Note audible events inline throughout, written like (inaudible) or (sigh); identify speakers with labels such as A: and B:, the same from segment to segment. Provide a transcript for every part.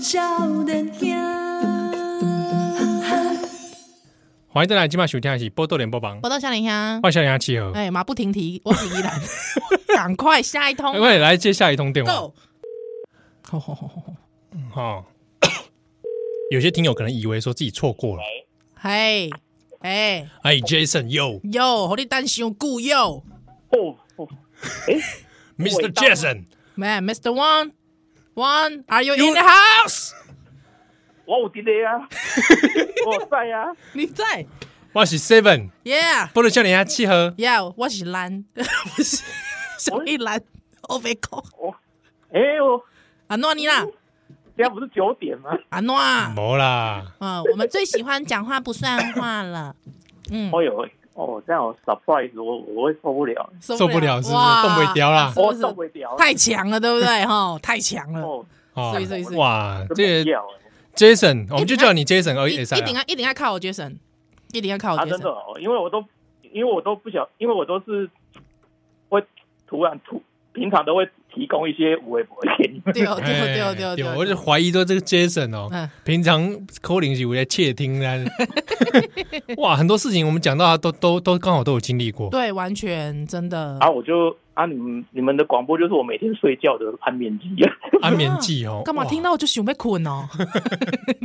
A: 少年兄。
B: 欢迎再来，今晚收听的是《波多连播榜》，
C: (laughs) 我到夏林香，
B: 欢迎小杨七和，
C: 哎，马不停蹄，我是
B: (laughs)
C: 依兰，赶快下一通
B: 我也哎来接下一通电话。
C: ，Go！吼吼吼吼吼！
B: 哦，有些听友可能以为说自己错过了，
C: 嘿，哎，
B: 哎，Jason 哟
C: 哟，好你担心久哟，
D: 哦，哦
B: ，Mr.
D: 伟大
B: Jason，
C: Man, Mr. One, One, are you in the house？
D: 我有伫咧
C: (laughs)
D: 啊，我有在啊，
C: 你在
B: 我是 Seven，
C: ？Yeah,
B: 波多少年兄七和，
C: yeah，我是兰， (laughs) 不是小一兰，我被扣。
D: 我，哎、我
C: 阿诺你啦，
D: 现在不是九点吗？
C: 阿诺啊，
B: 没啦，
C: 嗯，我们最喜欢讲话不算话了，嗯，
D: 哦哟，哦，这样我 surprise 我我会受不了，
B: (laughs) 受不了是不是
C: 哇
B: 动不了啦
C: 是
D: 我
C: 不
D: 受哦不
C: 是？
D: 了，
C: 太强了，对不对？哈，太强了。
D: 哦，
B: 哦
C: 所以所以所以
B: 哇，这
D: 真不
B: 个
D: 要哎
B: Jason，我们就叫你 Jason 而
C: 一
B: 已，哎
C: 一
B: 可以
C: 定
B: 啦
C: 要一定要靠我 Jason，一定要靠我
D: 啊，真的
C: Jason。
D: 哦，因为我都因为我都不想，因为我都是会突然突，平常都会提供一些无微博给你们，
C: 对哦，对哦，对哦，
B: 哎
C: 对哦，
B: 对
C: 对
B: 我
C: 哦，
B: 就怀疑说这个 Jason 哦，
C: 嗯，
B: 平常扣零是我在窃听呢，哇，
C: (laughs)
B: 很多事情我们讲到他都都都刚好都有经历过，
C: 对，完全真的
D: 啊，。我就啊，你们你们的广播就是我每天睡觉的安眠剂，啊
C: (laughs)
B: 安眠剂哦，
C: 干嘛
B: 哇
C: 听到我就想被困哦？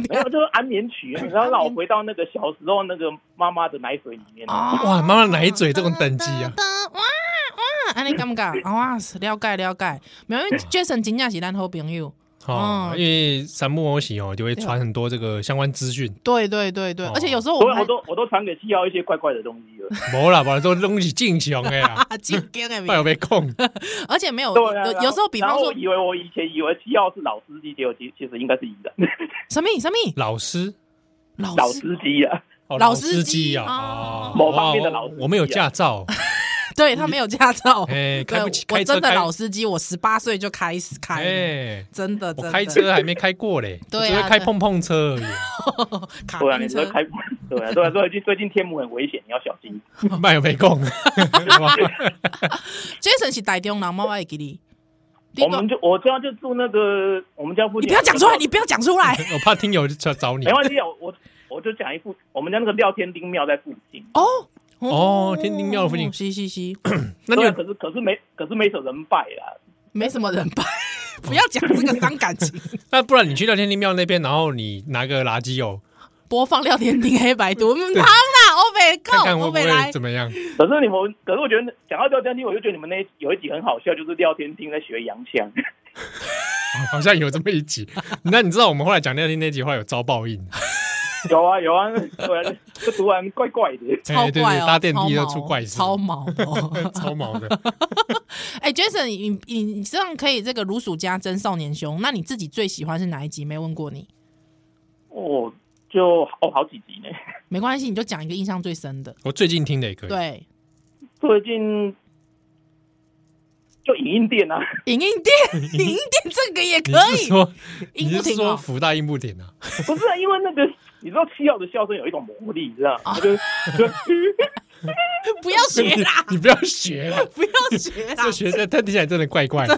D: 没有就是安眠曲，你知道让我回到那个小时候那个妈妈的奶水里面。啊
C: 啊
B: 哇，妈妈奶嘴这种等级啊，
C: 哇哇，安尼感
D: (laughs)
C: 觉 (laughs) 啊哇，了解了解。没有，因为 Jason 真正是咱好朋友。
B: 哦，
C: 嗯
B: 因为三木欧喜哦就会传很多这个相关资讯，
C: 对对对对，
B: 哦
C: 而且有时候我
D: 所
C: 们
D: 以我都我都传给七幺一些怪怪的东西了。
B: 没啦，把这东西进行的啦，
C: (laughs) 啊，进京的
B: 拜有被控，
C: 而且没有
D: 对啊，
C: 有
D: 然后
C: 有时候，比方
D: 然后
C: 说
D: 我以为我以前以为七幺是老司机，结果其其实应该是一个
C: 什么什么
B: 老师。
D: (laughs) 老
C: 老师，
D: 司机啊，
B: 哦
C: 老司
B: 司
C: 机
B: 啊，
C: 哦
B: 哦
D: 某方面的老司机啊
B: 我们有驾
D: (laughs)
B: 照，
C: (laughs) 对他没有驾照，
B: (laughs) 哎，
C: 对
B: 开不起，
C: 我
B: 开车
C: 真的
B: 开
C: 老司机，我十八岁就开始开了，
B: 哎，
C: 真的真
B: 我
C: 的
B: 开车还没开过嘞，我
C: (laughs) 对啊
B: 只会开
C: 对
B: 碰碰车而已。
C: (laughs) 哦
D: (laughs)
C: 卡
D: 对啊，
C: 丁
D: 你说
C: 车，
D: 开对啊，对啊，所以最最近天母很危险，你要小心。
B: 卖有没
C: (laughs)
B: 供，
C: Jason 是台中人吗？我会给你。你
D: 我们就我家就住那个我们家附
C: 你
D: 近，
C: 不要讲出来，你不要讲出来。
B: 我怕听友就找 (laughs) 找你
D: 没。关系啊，我我我就讲一副我们家那个廖天丁庙在附近，
C: 哦
B: 哦天丁庙附近
C: 嘻嘻嘻，
B: (coughs) 那你
D: 对啊，
B: 有
D: 可是可是没可是没什么人拜啊啦，
C: 没什么人拜， (laughs) 不要讲这个伤感情。
B: 那不然你去聊天地庙那边，然后你拿个垃圾哦油
C: 播放廖天丁黑白读，嗯，他啦，我没
B: 看看
C: 够，
B: 会
C: 我
B: 不
C: 没来
B: 会。怎么样？
D: 可是你们，可是我觉得讲到廖天丁，我就觉得你们那一有一集很好笑，就是廖天丁在学洋
B: (laughs)
D: 腔。
B: (laughs) 好像有这么一集。那你知道我们后来讲那天那集话有遭报应，
D: 有啊有啊，突然就突然怪怪的。
C: (laughs)
B: (laughs)
C: 超
B: 哎对对
C: 怪哦，
B: 搭电梯
C: 超
B: 都
C: 毛
B: 出怪事，
C: 超毛哦。
B: (laughs)
C: (laughs)
B: 超毛的。
C: 哎，Jason，你你你这样可以这个如数家珍少年兄，那你自己最喜欢是哪一集？没问过你，
D: 哦，就哦好几集呢。
C: 没关系，你就讲一个印象最深的。
B: 我最近听的也可以，
C: 对，
D: 最近就影印店啊，
C: 影印
B: (laughs)
C: 店，影印店这个也可
B: 你是
C: 以。
B: 说
C: 应
B: 你
C: 不
B: 是
C: 停
B: 说
C: 哦
B: 福大应不停啊？
D: 不是、啊、因为那个你知道七号的笑声有一种魔力，你知道吗？就就
C: 啊 (laughs) 不要学
B: (laughs)
C: 啦，
B: 你不要学
C: (laughs)
B: 了，
C: 不要学啦
B: 这，学这他听起来真的怪怪的。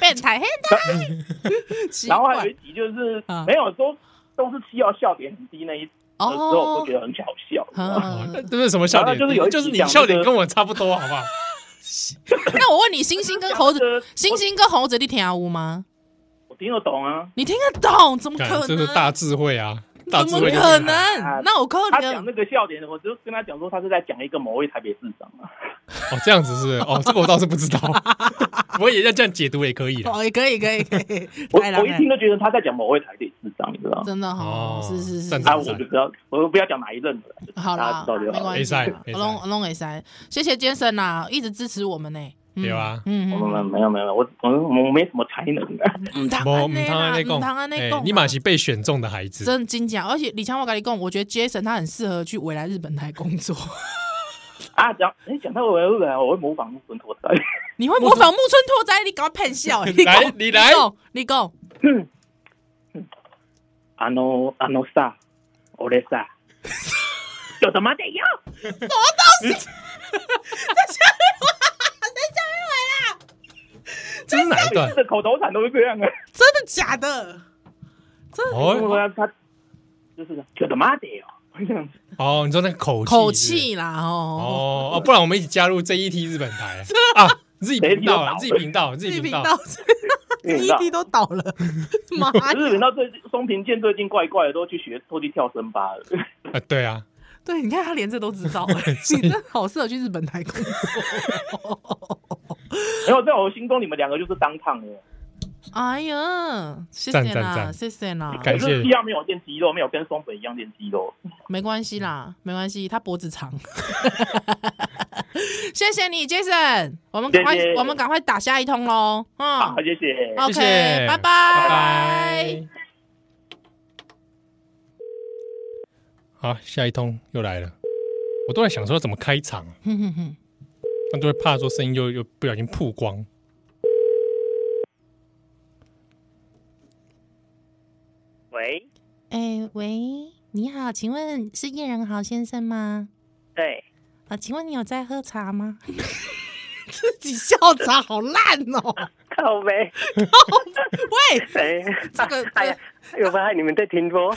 C: 变态黑的。奇怪
D: 然后还有一集就是
C: 啊哦
D: 没有都都是七号笑点很低那一的时候，我都觉得很好笑。
B: 哦
C: 嗯
B: 那这是什么笑点？
D: 然后就是有一集
B: 就是你
D: 讲那
B: 笑点
D: 个
B: 跟我差不多，好不好？
C: (laughs) 那我问你，星星跟猴子，
D: 呃
C: 星星跟猴子，你听得懂吗？
D: 我听得懂啊，
C: 你听得懂？哦怎么可
B: 看，
C: 能？
B: 这是大智慧啊！大
C: 怎
B: 智
C: 么
B: 慧就是
C: 可
B: 啊
C: 能？那我扣
D: 他
C: 你啊
D: 讲那
C: 了。
D: 个笑点，我就跟他讲说他是在讲一个某位台北市长啊。
B: 哦，这样子是不是哦，这个我倒是不知
C: (laughs)
B: 道，不过也要这样解读也可以的。
C: 哦，也可以，可以，可以。
D: 我
C: 太郎
D: 我一听就觉得他在讲某位台北市长，你知道吗？
C: 真的哈
B: 哦，
C: 是是是
B: 赞。
D: 啊，
B: 赞
D: 我就不要，我就不要讲哪一任的了，
C: 好
D: 大家
C: 啦
D: 知道，就
C: 没
D: 好了。
C: 关系
B: 可以
C: 啦
B: 塞可以，塞
C: 龙龙 A 三，谢谢 Jason 啦，一直支持我们呢。嗯
B: 对啊
C: 嗯
D: 我
C: 嗯
D: 们没有没有，我我我没什么才能的，
C: 嗯，唔通
B: 我
C: 安尼啦，唔通安尼讲啦，
B: 哎你马是被选中的孩子，
C: 真金讲，而且李强，我跟你讲，我觉得 Jason 他很适合去未来日本台工
B: (laughs)
C: 作。
D: 啊，讲哎讲到我日本，我会模仿木村拓哉，
C: 你会模仿木村拓哉，你搞喷笑、
B: (laughs)
C: 欸！你讲
B: 来你来
C: 你讲你讲，
D: (coughs) あのあのさ、俺さ，
B: (laughs)
D: 有什么得要？
B: 这是哪一段？
C: 啊
D: 这口头禅都是这样啊，
C: 真的假的？
E: 因
B: 哦
E: 为他他就是就他妈的哦，
B: (laughs)
E: 这样子。
B: 哦，你说那个口气是不
C: 口
B: 是
C: 气啦，哦，
B: 哦
D: (laughs)
B: 哦，不然我们一起加入 JET 日本台啊，自己频道啊，自己频道，自
C: 自 (laughs)
B: 己
C: 己
B: 频
C: 频
B: 道
C: 道 (laughs) 这一批都倒
B: (laughs)
C: 了，妈
E: 可是
C: 呀！
E: 等到最近松平健最近怪怪的，都去学，都去跳森
C: (laughs)
E: 巴了。
B: 啊，对啊，
C: 对，你看他连这都知道， (laughs) 你真的好适合去日本台工作。
E: 然后在我心中，你们两个就是当烫的，
C: 哎呀，谢
B: 赞
C: 谢
B: 赞
C: 啦，
B: 赞
C: 谢谢啦，
B: 感
E: 可
B: 谢
E: 是一样没有练肌肉，没有跟松本一样练肌肉。
C: 没关系啦，没关系，他脖子长。 (laughs) 谢谢你，Jason，我们赶快
E: 谢谢
C: 我们赶快打下一通喽。嗯
E: 好，谢谢。
C: ，OK，
B: 谢谢
C: 拜
B: 拜
C: 拜
B: 拜。。好，下一通又来了，我都在想说要怎么开场，
C: 哼哼哼，
B: 那都会怕说声音又又不小心曝光。 (laughs)
F: 喂，
C: 哎，喂，你好，请问是叶仁豪先生吗？
F: 对，
C: 啊，请问你有在喝茶吗？ (laughs) 自己笑茶好烂哦！
E: (laughs)
F: 靠呗，
C: (laughs) 喂，
F: 哎，
C: 这个
F: (laughs)
C: 啊
F: 哎呀，有发现你们在停播？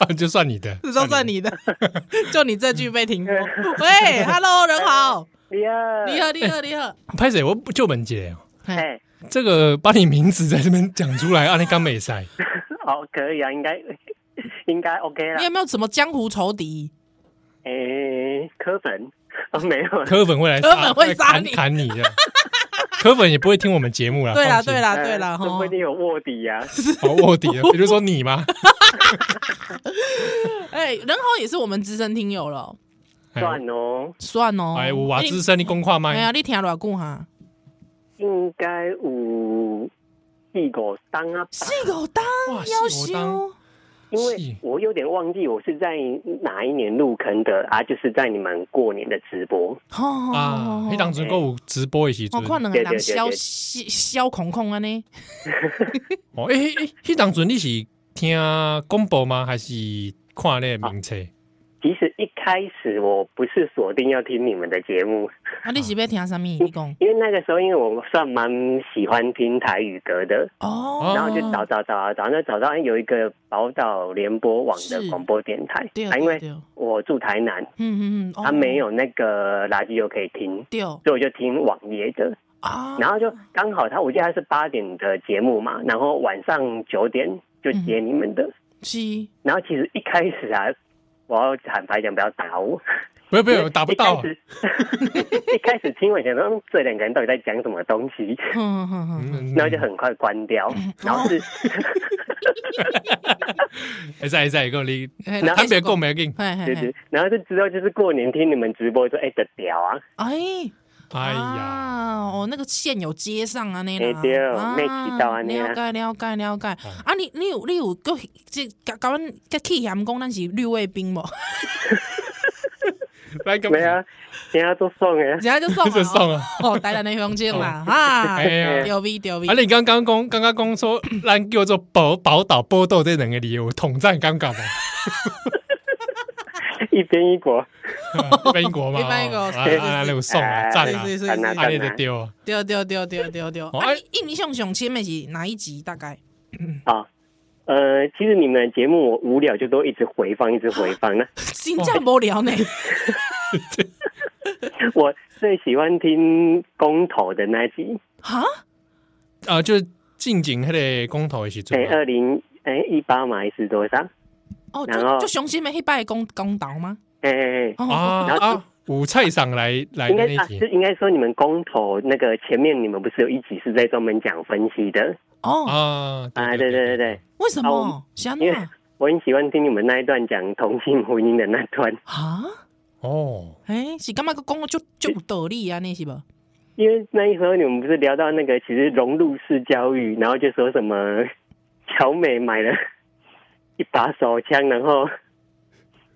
B: 啊就算你的，
C: 这都算你的，
B: (laughs)
C: 就你这句被停播。
F: 嗯
C: 喂，Hello，人好，
F: (laughs) 你好，
C: 你，好，你好，你好。
B: 拍谁？我不就本姐哦，
C: 哎，
F: 嗯哎， (laughs)
B: 这个把你名字在这边讲出来，啊，你刚没塞，
F: 好，可以啊，应该 (laughs) 应该 OK
C: 你
F: 啦
C: 有。没有什么江湖仇敌？
F: 哎，柯粉，哦，没有，
B: 柯粉会来
C: 柯
B: 杀，
C: 粉会杀你
B: 砍砍你的。柯粉也不会听我们节目啦，
C: 对啦，
B: 啊放心
C: 对啦，
F: 哎
C: 对啦，哈
F: 说。不定有卧底啊
C: (laughs)
F: 呀。
B: 好卧底的，比如说你吗？
C: 哎，人豪也是我们资深听友了，
B: 哎
F: 算哦，
C: 算哦。
B: 哎，我啊，
C: 你
B: 资深你公话
C: 哎
B: 麦
C: 呀，你听偌久啊哈？
F: 应该有四狗当啊，
C: 四狗当
B: 哇四
C: 要
B: 五当
C: 修，
F: 因
B: 是
F: 为我有点忘记我是在哪一年入坑的啊，就是在你们过年的直播。
C: 哦
B: 啊，黑当
C: 哦
B: 时购有直播一起
C: 哦，看两个
F: 对对
C: 人
F: 对
C: 消
F: 对
C: 消啊空空安尼，
B: 哦，哎哎哎，迄当阵你是听广播吗？还是看那个名册？
C: 啊
F: 其实一开始我不是锁定要听你们的节目，
C: 啊，你是要
B: (laughs)
C: 听什么？你讲
F: 因为那个时候因为我算蛮喜欢听台语歌的，
C: 哦，
F: 然后就找找找啊找，那找到哎有一个宝岛联播网的
C: 是
F: 广播电台
C: 对，
F: 啊，因
C: 对
F: 为
C: 对，哦
F: 我住台南，
C: 嗯嗯嗯，
F: 它、没有那个垃圾又可以听。
C: 掉
F: 所以我就听网页的，
C: 啊，
F: 然后就刚好他，我记得他是八点的节目嘛，然后晚上九点就接你们的。
C: 是
F: 然后其实一开始啊，我要喊白讲不要打我，
B: 不要不要，打不到啊
F: 一开。始 (laughs) 一开始听我想说嗯这两个人到底在讲什么东西，
C: 哼哼哼哼，
B: 嗯
F: 然后就很快关掉，然后是，
B: 会使会使个你，
C: 哎
F: 然后
B: 哦坦白讲，袂紧，
C: 嘿
F: 对
C: 嘿
F: 对
C: 嘿，，
F: 然后就知道就是过年听你们直播说哎的屌啊，
C: 哎
B: 哎呀，
C: 啊哦，那个线有接上啊，那啦，
F: 哎对
C: 啊
F: 没起到啊那
C: 了
F: 样
C: 解了解了解，啊，你你有你有个这甲甲阮甲气嫌讲咱是绿卫兵无，
B: (laughs) 来个
F: 没啊，人家都送哎
C: 人，家就送
B: 就送
C: 啊，
B: 啊。
C: 哦，台南的风景啦，啊
B: 哎，呀，
C: 牛逼牛逼
B: 啊！，你刚刚讲，刚刚讲说，咱叫做宝宝岛波斗这两个理由，统战尴尬嘛？
F: (laughs) 一边一国，
B: 翻啊英国嘛？
C: 一 (laughs) 般英国
B: 哦啊
F: 是是
B: 啊，那有送啊，
F: 哎
B: 赞
C: 是是
B: 啊，
C: 是
F: 赞啊
B: 啊，你
F: 赞
B: 就
F: 啊
B: 丢啊！
C: 对对对对对对，
B: 哦
C: 啊，
B: 哎
C: 你印象上深的是哪一集？大概
F: 啊。呃，其实你们的节目我无聊就都一直回放，一直回放。那
C: 真正无聊呢，
F: 我最喜欢听公投的那一集，
C: 哈，
B: 啊，就是近景迄个公投的时阵
F: 哎，
B: 嘛，
F: 二零哎一八嘛还是多少？
C: 哦，
F: 然后
C: 就就雄心的迄摆公公道吗？
F: 哎哎哎，
C: 哦，
B: 啊啊，五菜赏来来
F: 应
B: 的
F: 该
B: 那一
F: 啊，
B: 集
F: 就应该说你们公投那个前面你们不是有一集是在专门讲分析的
C: 哦，
B: 啊
F: 啊？对对对对，
C: 为什
F: 啊
C: 么
F: 我？
C: 想
F: 因
C: 哪
F: 为？我很喜欢听你们那一段讲同性婚姻的那段，
C: 啊？
B: 哦，
C: 哎、是感觉个讲的就就有道理啊，那是吧？
F: 因为那一时候你们不是聊到那个其实融入式教育，然后就说什么乔美买了一把手枪，然后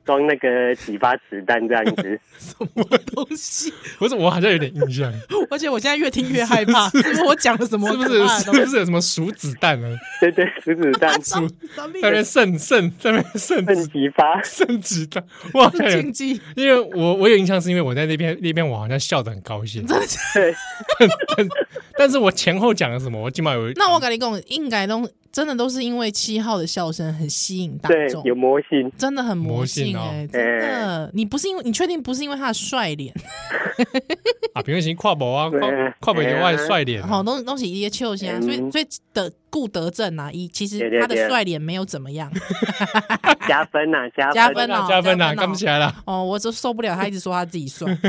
F: 装那个几发子弹这样子，
C: (laughs) 什么东西？
B: 不是，我好像有点印象，
C: (laughs) 而且我现在越听越害
B: (laughs)
C: 怕，是不是我讲了什么
B: 是不是？是
C: (laughs)
B: 不是有什么数子弹呢？
F: 对对，子子
B: (laughs)
F: 弹
B: 数
C: 什
B: 在那边剩剩在那边剩
F: 剩几
B: (laughs)
F: 发，
B: 剩子
C: (laughs)
B: 弹，我好像有
C: 禁，忌？
B: 哎因为我我有印象是因为我在那边那边我好像笑得很高兴， (laughs)
C: 真的是
F: 对，
B: 但是我前后讲了什么，我起码有
C: 那我跟你讲，应该拢真的都是因为七号的笑声很吸引大
F: 对，
C: 众，
F: 有魔性，
C: 真的很魔
B: 魔性哦
C: 哎、真的，你不是因为你确定不是因为他的帅脸，
B: 啊，平衡型跨博啊，跨
F: 对啊
B: 跨北有外帅脸啊，
C: 哎好东东西一些秋先，所以
F: 嗯
C: 所以的顾德正啊，一其实
F: 对对
C: 他的
F: 对
C: 帅脸没有怎么样，
F: (laughs) 加分呐、加
C: (laughs)
B: 加
C: 加分
B: 分啊
C: 哦
B: 加分
C: 加
B: 啊，
C: 分哦
B: 干不起来了。
C: 哦，我就受不了他一直说他自己帅，
B: (laughs)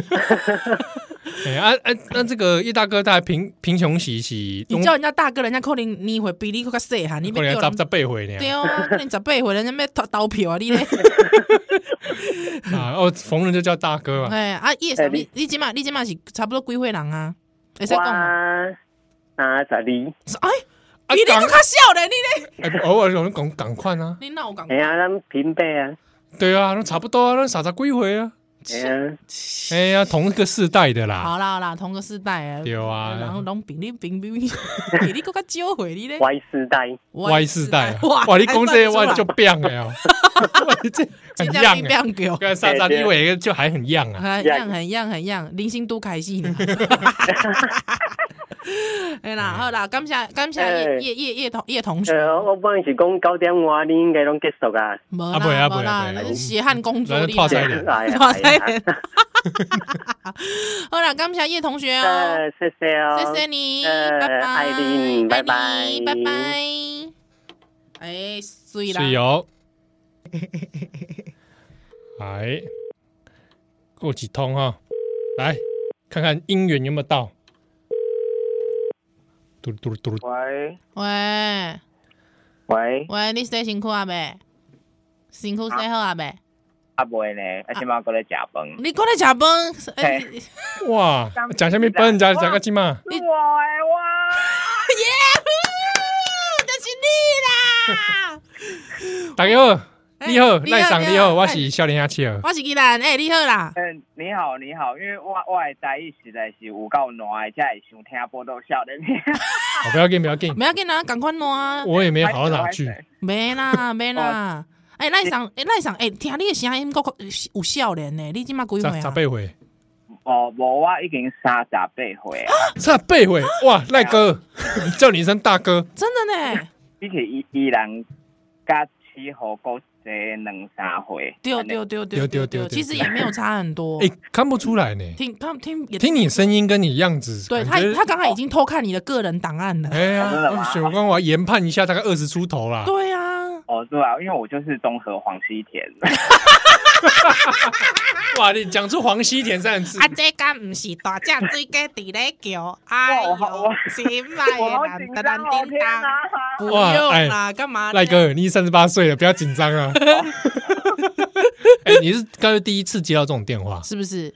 B: 哎，啊啊，那这个叶大哥他贫贫穷兮兮，
C: 你叫人家大哥，人家扣零，你会比你个谁哈？你
B: 可
C: 别
B: 能
C: 丢
B: 砸
C: 人
B: 砸背回呢
C: 对哦，那你咋背回人家咩投投票啊？
B: (laughs)
C: 你咧？
B: 啊，哦，逢人就叫大哥嘛，
C: 哎啊，叶什
F: 哎
C: 么
F: 你
C: 你你即嘛你即嘛是差不多几岁人啊？会使讲吗？
F: 哇，啊，咋哩？
C: 哎，
B: 啊
C: 你咧
B: 赶
C: 更较少咧，你咧
B: (laughs) 哎，偶尔有人讲赶快啊，
C: (laughs) 你哪有讲
F: 哎？呀，咱们平辈啊，
B: 对啊，那差不多啊，那傻傻归回啊，
F: 哎呀，
B: 哎呀，同一个世代的啦，
C: 好啦好啦，同个世代啊，
B: 对啊
C: 然后拢比你比你比你比你更较少岁，你咧
F: 歪世代，
B: Y 世代啊，
C: (laughs) 哇
B: 哇，你讲这
C: 还算
B: 话
C: 得
B: 就
C: 出来
B: 变了
F: (laughs)
B: 哦，哇，你这很
C: 真
B: 样
C: 正
B: 哎，
C: 变叫。
B: 跟莎莎一伟就还很样啊，
C: 很样很样很样，零星都开戏
F: (laughs)
C: 呢。 (laughs) 哎
B: 嗯
C: 啦，好啦，感谢感谢叶
F: 哎
C: 叶叶叶同叶同学，
F: 呃，我本来是讲九点外，你应该拢结束啊。
C: 没
B: 啊不会啊
C: 啦
B: 不
C: 没
B: 会啊不会啊
C: 啦，那
B: 我
C: 是
B: 们
C: 血汗工作
B: 咱
C: 力啊
B: 拓
C: 啦
B: 展。
F: 哎
C: (laughs)
F: 呀，
C: 哇
F: 哎
C: 塞
F: 呀，！
C: 好啦，感谢叶同学哦，
F: 呃，谢谢哦，
C: 谢谢你，
F: 呃
C: 拜拜，
F: 爱你拜拜
C: 爱你拜拜。哎，水啦
B: 是，哦有，哎，过几通哈，来看看姻缘有没有到。嘟噜嘟噜嘟噜，
E: 喂
C: 喂
E: 喂，
C: 喂，你洗辛苦啊呗，辛苦洗好啊呗，
E: 阿妹呢？啊阿即马过来食饭。
C: 你过来吃饭，哎，
E: 嘿
C: 耶，
B: 哇，啊讲下面笨，
F: 啊
B: 讲讲个鸡嘛，
E: 是我的
C: (laughs)
E: 哇！
F: (laughs)
C: 就是
B: (laughs) 大家好，啊
C: 哎
B: 你好，
C: 你好
B: 赖上
C: 你
B: 你
C: 好
B: 好，我
C: 哎
B: 是少年阿七儿
C: 啦，，我是依兰，哎，你好啦，
E: 嗯，你好，你好，因为我我的台语实在是有够烂的，才会想听波多少 (laughs) 的。
B: 我不要紧不要紧，
C: 不要紧啦，赶快弄啊，
B: 我也没有好到哪去，
C: 没
B: (laughs)
C: 啦没啦，哎，赖上哎赖上哎，听你的声音，够有少年呢，你今嘛几岁
B: 咋咋
C: 啊？
B: 背回，
E: 哦，无我已经三十八岁啊，
B: 咋背回，哇，赖哥， (laughs) 叫你一声大哥，
C: 真的呢，
E: (laughs) 比起伊伊人甲七号高一两三岁。
C: 丢丢丢
B: 对对对对
C: 其实也没有差很多
B: 哎。，看不出来呢，
C: 听他听也
B: 听你声音跟你样子，
C: 对他
B: 感觉
C: 他刚才已经偷看你的个人档案了。
B: 哎呀，
E: 真的吗
B: 我刚我研判一下，大概二十出头啦。
C: 对啊，
E: 哦，对啊，因为我就是综合黄西田。
B: 哇，你讲出黄西田三个字
C: 啊，这敢唔是大只水鸡伫咧
E: (laughs)
C: 叫？哎
E: 哇
C: 呦
E: 我好我，
C: 心爱
E: 我好
C: 的
E: 紧
C: 人，
E: 张哦！天哪！
C: 不
B: 哇哎
C: 用啦，干嘛？
B: 赖，哥，你三十八岁了，不要紧张
C: (laughs)
B: 啊。哎，你是刚才第一次接到这种电话，
C: 是不是？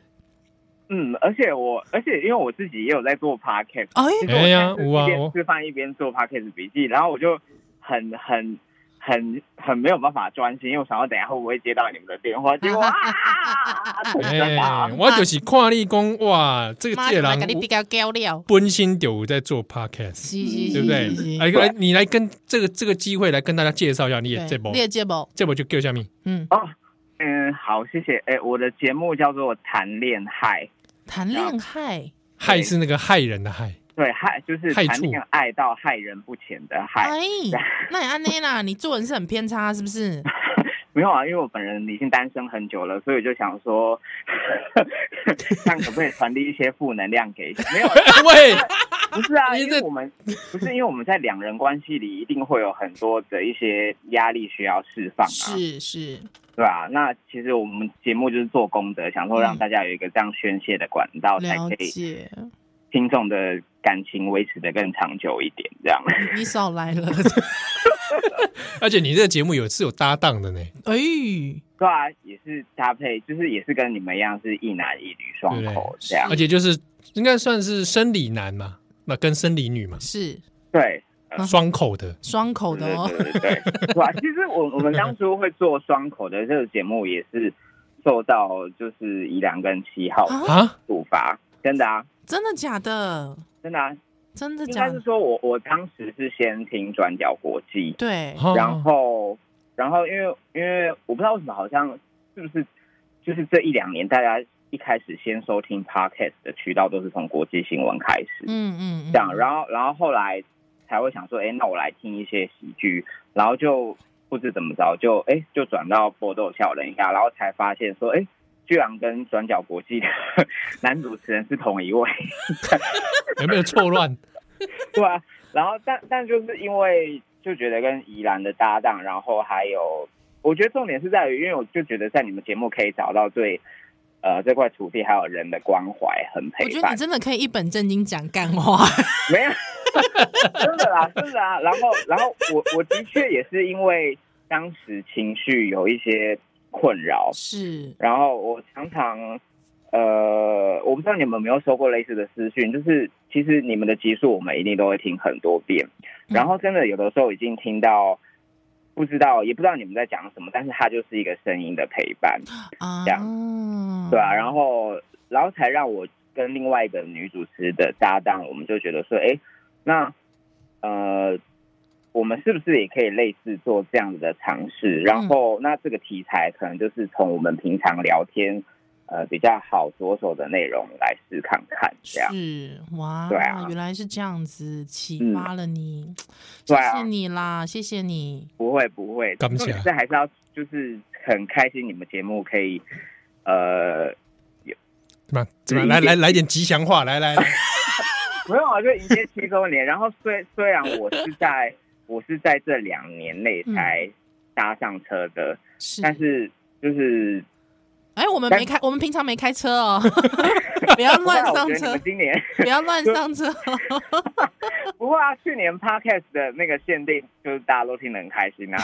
E: 嗯，而且我，而且因为我自己也有在做 podcast，
C: 哎，
E: 其实
B: 哎呀有啊
E: 我现在是一边
B: 我
E: 吃饭一边做 podcast 笔记，然后我就很很很很没有办法专心，因为我想要等一下会不会接到你们的电话，
C: (laughs)
E: 结果啊，很尴
B: 哎
E: 尬，
B: 我就是看立功，哇，这个
C: 妈
B: 界
C: 就来
B: 郎
C: 跟你比较高了，
B: 奔心有在做 podcast，
C: 是
B: 对
C: 是是
B: 不对
C: 是是，？
B: 来来，你来跟这个这个机会来跟大家介绍一下你的
C: 对
B: 这波
C: 你，的节目，
B: 这波就叫下面
C: 嗯，
E: 哦，嗯，好，谢谢。哎，我的节目叫做谈恋爱，
C: 谈恋爱，
B: 害是那个害人的害，
E: 对，害就是
B: 害
E: 谈
B: 处
E: 恋爱到害人不浅的害。
C: 哎， (laughs) 那你安内啦，你做人是很偏差，是
E: (laughs)
C: 不是？
E: 没有啊，因为我本人已经单身很久了，所以我就想说， (laughs) 这样可不可以传递一些负能量给？没
C: (laughs)
E: 有啊，
B: 喂，
E: 不是啊，
B: 你
E: 因
B: 这
E: 为我们不是因为我们在两人关系里一定会有很多的一些压力需要释放啊，
C: 是是，
E: 对吧、那其实我们节目就是做功德，想说让大家有一个这样宣泄的管道，才
C: 了
E: 可以
C: 解。
E: 听众的感情维持的更长久一点。这样，
C: 你你少来了，
B: 而且你这个节目有是有搭档的呢，
C: 哎。
E: 对啊，也是搭配，就是也是跟你们一样是一男一女双
B: 对不对
E: 口这样
B: 而，且就是应该算是生理男嘛，那跟生理女嘛，
C: 是
E: 对。
C: 啊
B: 双口的。
C: 双口的
E: 对
C: 哦，
E: 对对对，对吧？其实我我们当初会做双口的这个节目，也是受到就是宜良跟七号的
C: 啊
B: 啊，
E: 处罚，真的啊，
C: 真的假的？
E: 真的啊，
C: 真的
E: 应
C: 假
E: 该是
C: 的？
E: 说我我当时是先听转角国际，
C: 对，哦
E: 然后然后因为因为我不知道为什么好像是不是就是这一两年大家一开始先收听 podcast 的渠道都是从国际新闻开始，
C: 嗯嗯，
E: 这样，
C: 后
E: 然后然后后来才会想说，哎，那我来听一些喜剧，然后就不知怎么着，就哎就转到波豆笑人一下，然后才发现说，哎，居然跟转角国际的 (laughs) 男主持人是同一位，
B: (laughs)
E: (laughs)
B: 有没有错乱？
E: 对啊，然后但但就是因为就觉得跟宜兰的搭档，然后还有我觉得重点是在于，因为我就觉得在你们节目可以找到对呃这块土地还有人的关怀很
C: 我觉
E: 陪
C: 得
E: 伴
C: 你，真的可以一本正经讲干话，
E: (laughs) 没有，真的啦，真的啦。然后，然后我我的确也是因为当时情绪有一些困扰，
C: 是
E: 然后我常常呃，我不知道你们有没有收过类似的私讯，就是其实你们的集数我们一定都会听很多遍，
C: 嗯
E: 然后真的有的时候已经听到。不知道，也不知道你们在讲什么，但是它就是一个声音的陪伴。
C: 啊
E: 这样对啊，然后然后才让我跟另外一个女主持的搭档，我们就觉得说，哎，那呃，我们是不是也可以类似做这样子的尝试？然后哦那这个题材可能就是从我们平常聊天呃比较好着手的内容来试看看，这样。
C: 是哇，
E: 啊对啊
C: 原来是这样子，启
E: 嗯
C: 发了你，谢
E: 对啊
C: 谢你啦，谢谢你。
E: 不会不会，
B: 感谢啊
E: 重点是还是要就是很开心你们节目可以呃
B: 怎么样怎么样来来来点吉祥话，来来
E: (laughs)
B: 来，
E: 没有啊，就迎接七周年。然后虽虽然我是在我是在这两年内才搭上车的，
C: 是，
E: 但是就是
C: 哎、我们
E: 但
C: 没开，我们平常没开车
E: (laughs)
C: 哦，不要乱
E: 不过我觉
C: 上
E: 得你
C: 车
E: 们，今年 (laughs)
C: 不要乱上车。
E: 不过啊，去年 podcast 的那个限定就是大家都听得很开心啊，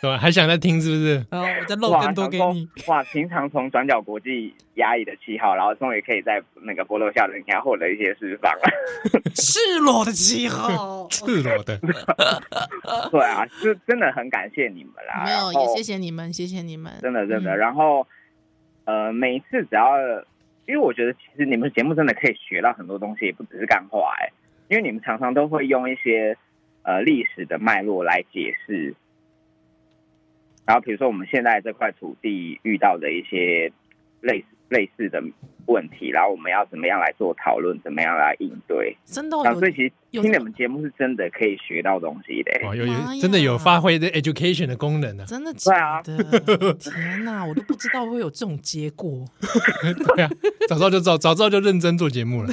B: 对吧？还想再听是不是？，
C: 然后我再漏
E: 哇，
C: 更多给
E: 想
C: 你。
E: 说 (laughs) 哇，平常从转角国际压抑的七号，然后终于可以在那个波罗笑人家获得一些释
C: (laughs)
E: 放了。
C: 赤裸的气候
B: 赤裸的，
E: 对啊，就真的很感谢你们啦，
C: 没有，
E: 然
C: 也
E: 后
C: 谢谢你们，谢谢你们。
E: 真的真的。
C: 嗯
E: 然后呃，每一次只要，因为我觉得其实你们节目真的可以学到很多东西，也不只是干话哎、因为你们常常都会用一些呃历史的脉络来解释。然后比如说我们现在这块土地遇到的一些类似类似的问题，然后我们要怎么样来做讨论，怎么样来应对。
C: 真的哦
E: 然后所以
C: 有，
E: 其实
C: 有
E: 听
C: 这
E: 你们节目是真的可以学到东西的、哎
B: 哇，有
C: 妈
B: 有
C: 呀
B: 真的有发挥的 education 的功
C: (laughs)
B: 能呢、
C: 真的
E: 对
C: 假
E: 啊
C: 的？天哪，我都不知道会有这种结果， (laughs)
B: 对啊，早知道就早早知道就认真做节目了。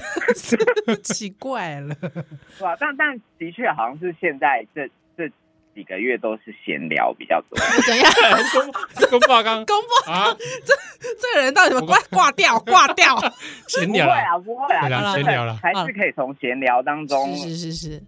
C: 奇怪了。
E: 对啊，但但的确好像是现在这这几个月都是闲聊比较多。
C: (laughs) 怎样？
B: 公爸刚
C: 公布
B: 啊，
C: (laughs) 这个人到底怎么挂挂掉？挂掉？
B: (laughs) 闲
E: 不
B: 聊
E: 会
B: 啦，
E: 啊，不会啊，
B: 对啦
E: 就是
B: 闲聊啦
E: 还是可以从闲聊当中，
C: 是是是是，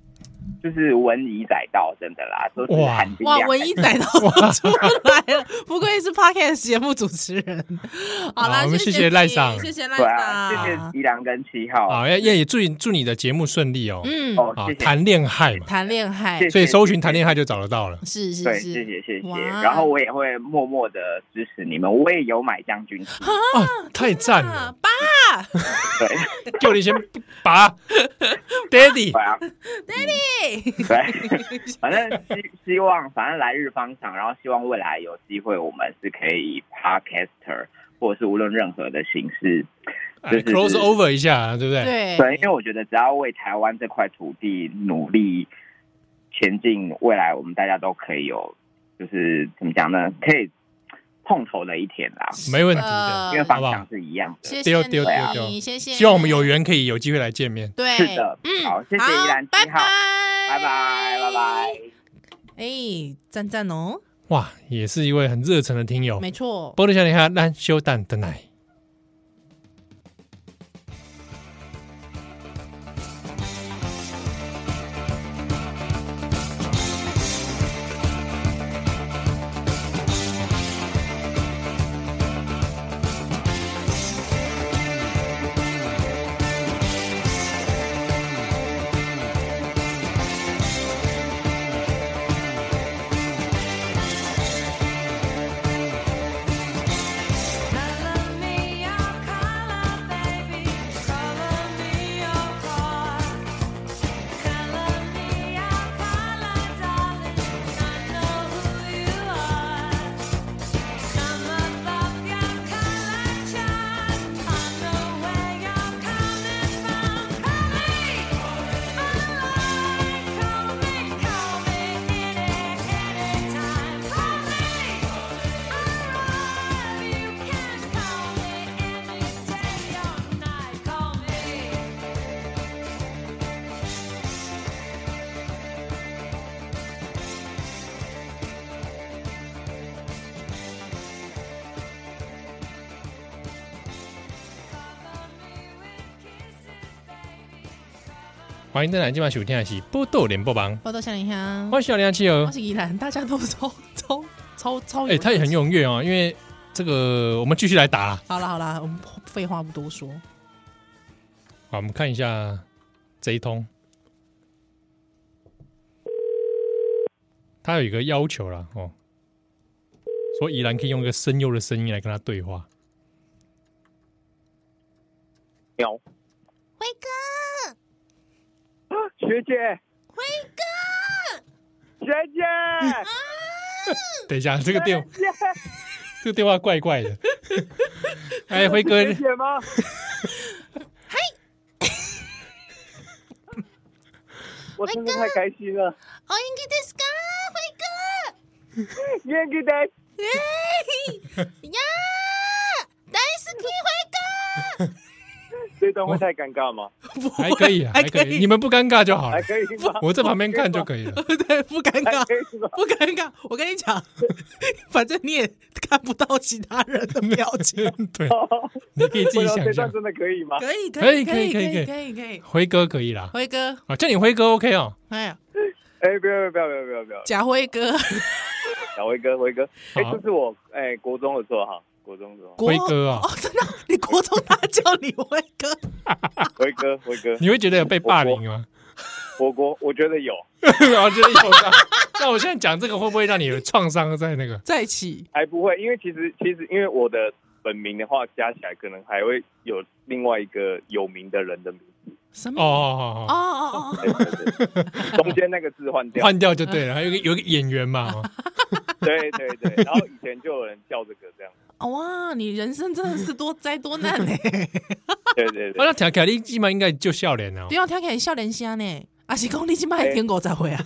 E: 就是文以载道，真的啦，都是
B: 哇
E: 含金
C: 哇，
E: 量。
C: 文一仔都
B: 哇
C: 出来了，不愧是 podcast 节目主持人。 (laughs) 好啦，
B: 好我们
C: 谢
B: 谢谢赖
C: 你
B: 赏
C: 谢谢赖
E: 对啊，谢
C: 赏
E: 谢，宜良跟七号。
B: 好，也也祝你祝你的节目顺利哦。
C: 嗯，
E: 哦，
B: 啊
E: 谢，谢，
B: 谈恋爱嘛，
C: 谈恋爱
E: 谢谢
B: 所以搜寻谈恋爱就找得到了。
C: 是是
E: 对，
C: 是，
E: 谢 (laughs) 谢谢
C: 哇
E: 谢。然后我也会默默的支持你们，我也有买将
C: (laughs)
E: 军旗。
B: 啊，太赞
C: 啊
B: 了！
C: 爸，
E: 对
B: 叫你先拔，Daddy，
E: 对啊，对，反正希希望，反正来日方长，然后希望未来有机会，我们是可以以 podcaster 或者是无论任何的形式，
B: 哎
E: 就是
B: ，close over 一下，对不对？
C: 对
E: 对，因为我觉得只要为台湾这块土地努力前进，未来我们大家都可以有，就是怎么讲呢？可以碰头的一天啦，
B: 没问题的。
C: 呃
E: 因为方
B: 好不好
E: 向是一样的。
C: 谢谢
B: 丢丢丢
C: 你，
B: 丢
C: 谢谢，
B: 希望我们有缘可以有机会来见面。
C: 对，
E: 是的
C: 嗯，
E: 好谢谢依兰
C: 拜
E: 七
C: 拜，
E: 号拜拜，拜拜。。
C: 哎，赞赞哦，
B: 哇，也是一位很热忱的听友。
C: 没错，
B: 波多小林哈，咱小等等来。
D: I love me
B: 欢迎登来今晚收听的是《波豆连播榜》，
C: 报道夏林香，
B: 欢迎小林阿七哦
C: 我。是依兰，大家都超超超超有
B: 哎、他也很踊跃哦，因为这个我们继续来打啦。
C: 好啦好啦，我们废话不
B: (laughs)
C: 多说。
B: 好，我们看一下这一通，他有一个要求啦，哦，说宜兰可以用一个声优的声音来跟他对话。
G: 有
D: 辉哥，
G: 啊学姐，辉哥，学姐，
D: 啊
B: 等一下，这个电这个电话怪怪的。 (laughs) 哎，辉哥，
G: 学姐吗？我真的太开心了，
D: お元気です
C: (laughs)
D: か辉
G: 元気です。
C: 哎
D: 哥，呀，大好き辉哥，
G: 这段会太尴尬吗？
B: 还可以啊，还可以，你们不尴尬就好了
G: 还。可以吗？
B: 我在旁边看就可以了。
C: (laughs) 对，不尴
G: 还
C: 尬，
G: 可以吗？
C: 不尴尬。我跟你讲， (laughs) 反正你也看不到其他人的表情。
B: (laughs) 对，你可以自己
G: 不知道这
B: 想
G: 段
B: 象。
G: 真的可以吗？
C: 可以
B: 可以
C: 可以
B: 可以可
C: 以可以可以。
B: 辉哥可以啦，
C: 辉哥，
B: 啊，叫你辉哥 OK 哦。
C: 哎呀，
G: 哎，不要不要不要不要不要！
C: 贾辉哥，
G: 小辉哥，辉哥，哎，
B: 好
G: 这是我哎国中的绰号，国中的绰号，
C: 国
B: 辉哥啊
C: 哦，真的，你国中他叫你辉哥，
G: 辉哥，辉哥，
B: 你会觉得有被霸凌吗？啊
G: 我国我觉得有，
B: (laughs) 然后觉得有伤。那我现在讲这个会不会让你有创伤在那个？
C: 在一起
G: 还不会，因为其实其实因为我的本名的话，加起来可能还会有另外一个有名的人的名字，
C: 什
B: 哦
C: 么？
B: 哦
C: 哦
B: 哦
C: 哦哦，
G: 对对对 (laughs) 中间那个字换
B: 哦，
G: 掉，
B: 换掉就对了。还有一个有一个演员嘛，哦
G: 对对对，然后以前就有人叫这个这
B: (laughs)
G: 样，
C: 哦哇，你人生真的是多灾多难嘞！
G: (laughs) 对对
B: 啊
G: 对，
B: 那条凯利基本上应该就笑脸了哦
C: 对。啊，听起来笑脸虾呢，啊是讲你今摆听五十岁
B: (laughs)
C: 啊？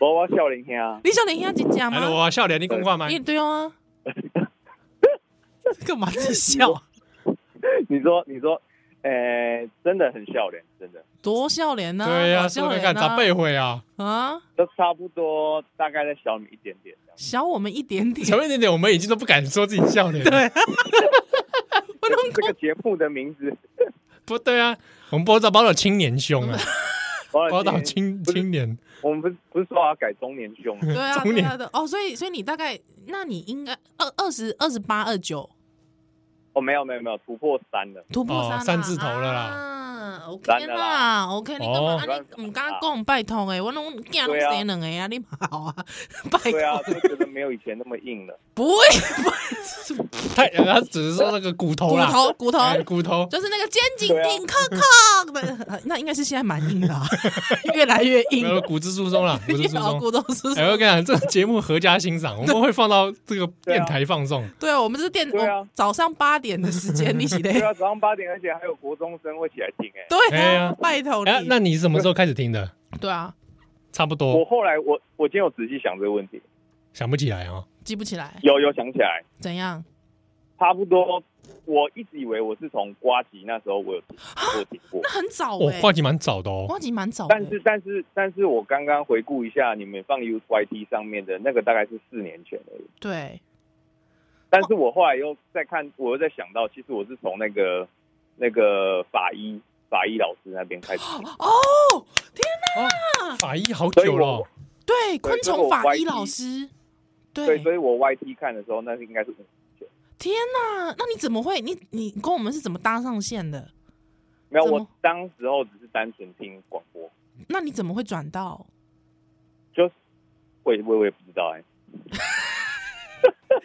G: 我我笑林兄啊，
C: 你笑脸虾真假
B: 来了，
C: 吗？
B: 哎我笑脸，你讲话吗
C: 你？对啊，干嘛自己笑？
G: (laughs) 你说你说，呃，真的很笑脸，真的，
C: 多笑脸呐！
B: 对啊呀，说
C: 多笑
B: 看看
C: 脸呐
B: 咋背会啊？
C: 啊，
G: 都差不多，大概在小你一点点这样，
C: 小我们一点点
G: (laughs)
B: 前。面那点我们已经都不敢说自己笑脸了。
C: 对，我都
G: 这个节目的名字，
B: 不对
G: (laughs)
B: 啊，我们波导包到青年兄
C: (laughs)
B: 啊，
G: 宝
B: 包到青青年，
G: 我们不是不是说要改中年胸吗，
C: 对啊，
B: 中
C: 对
B: 年
C: 啊的哦，所以所以你大概，那你应该二二十二十八二九
G: 哦，没有没有没有，突破三了，
C: 突破三、
B: 哦三字头了啦
C: 啦。OK
G: 三了
C: 啦
G: 啊啦
C: ，OK，你干
B: 哦
C: 嘛？啊你我们刚刚讲拜托哎，我拢惊拢
G: 对啊
C: 生两个啊，你好啊，拜
G: 对啊，
C: 托，
G: 就觉得没有以前那么硬
C: (laughs)
G: 了。
C: 不
G: (laughs)
C: 会，不会
B: 他他只是说那个骨头
C: 骨
B: 啦，
C: 头骨头
B: 哎骨头，
C: 就是那个肩颈
G: 对啊
C: 顶扣扣
G: 啊
C: 的， (laughs) 那应该是现在蛮硬的
G: (laughs)
C: 啊，越来越硬
B: 没，有骨质疏松啦，骨质
C: 越
B: 疏
C: 老
B: 松。
C: (laughs) 骨头是
B: 哎，我跟你讲，这个节目合家欣赏，我们会放到这个
G: 对啊
B: 电台放送。
C: 对啊，我们是电，
G: 对啊
C: 我早上八点的时间，你
G: (laughs)
C: 起来，
G: 对啊，早上八点，而且还有国中生会起来听哎、
C: 对
B: 哎
C: 啊
B: 呀，
C: 拜托
B: 哎，
C: 你，
B: 那你什么时候开始听的？
C: 对啊，
B: 差不
G: 我
B: 多，
G: 后来我我今天有仔细想这个问题，
B: 想不起来哦。
C: 记不起来，
G: 有有想起来，
C: 怎样？
G: 差不多。我一直以为我是从瓜吉那时候我有听我听过
C: 那，很早
B: 我
C: 哎，
B: 话题蛮早的哦，
C: 瓜吉蛮早的，
G: 但是但是但是我刚刚回顾一下你们放 U Y T 上面的那个大概是四年前而已，
C: 对，
G: 但是我后来又再看，我又在想到，其实我是从那个那个法医法医老师那边开始听，
C: 哦，
B: 法医好久了哦，
C: 对，昆虫法
G: 所
C: 医
G: 以我
C: 老师，
G: 对，
C: 对，
G: 所以我 Y T 看的时候，那应该是五
C: 天哪，那你怎么会？你你跟我们是怎么搭上线的？
G: 没有，
C: 怎么
G: 我当时候只是单纯听广播，
C: 那你怎么会转到？
G: 就是我也我也我也不知道哎、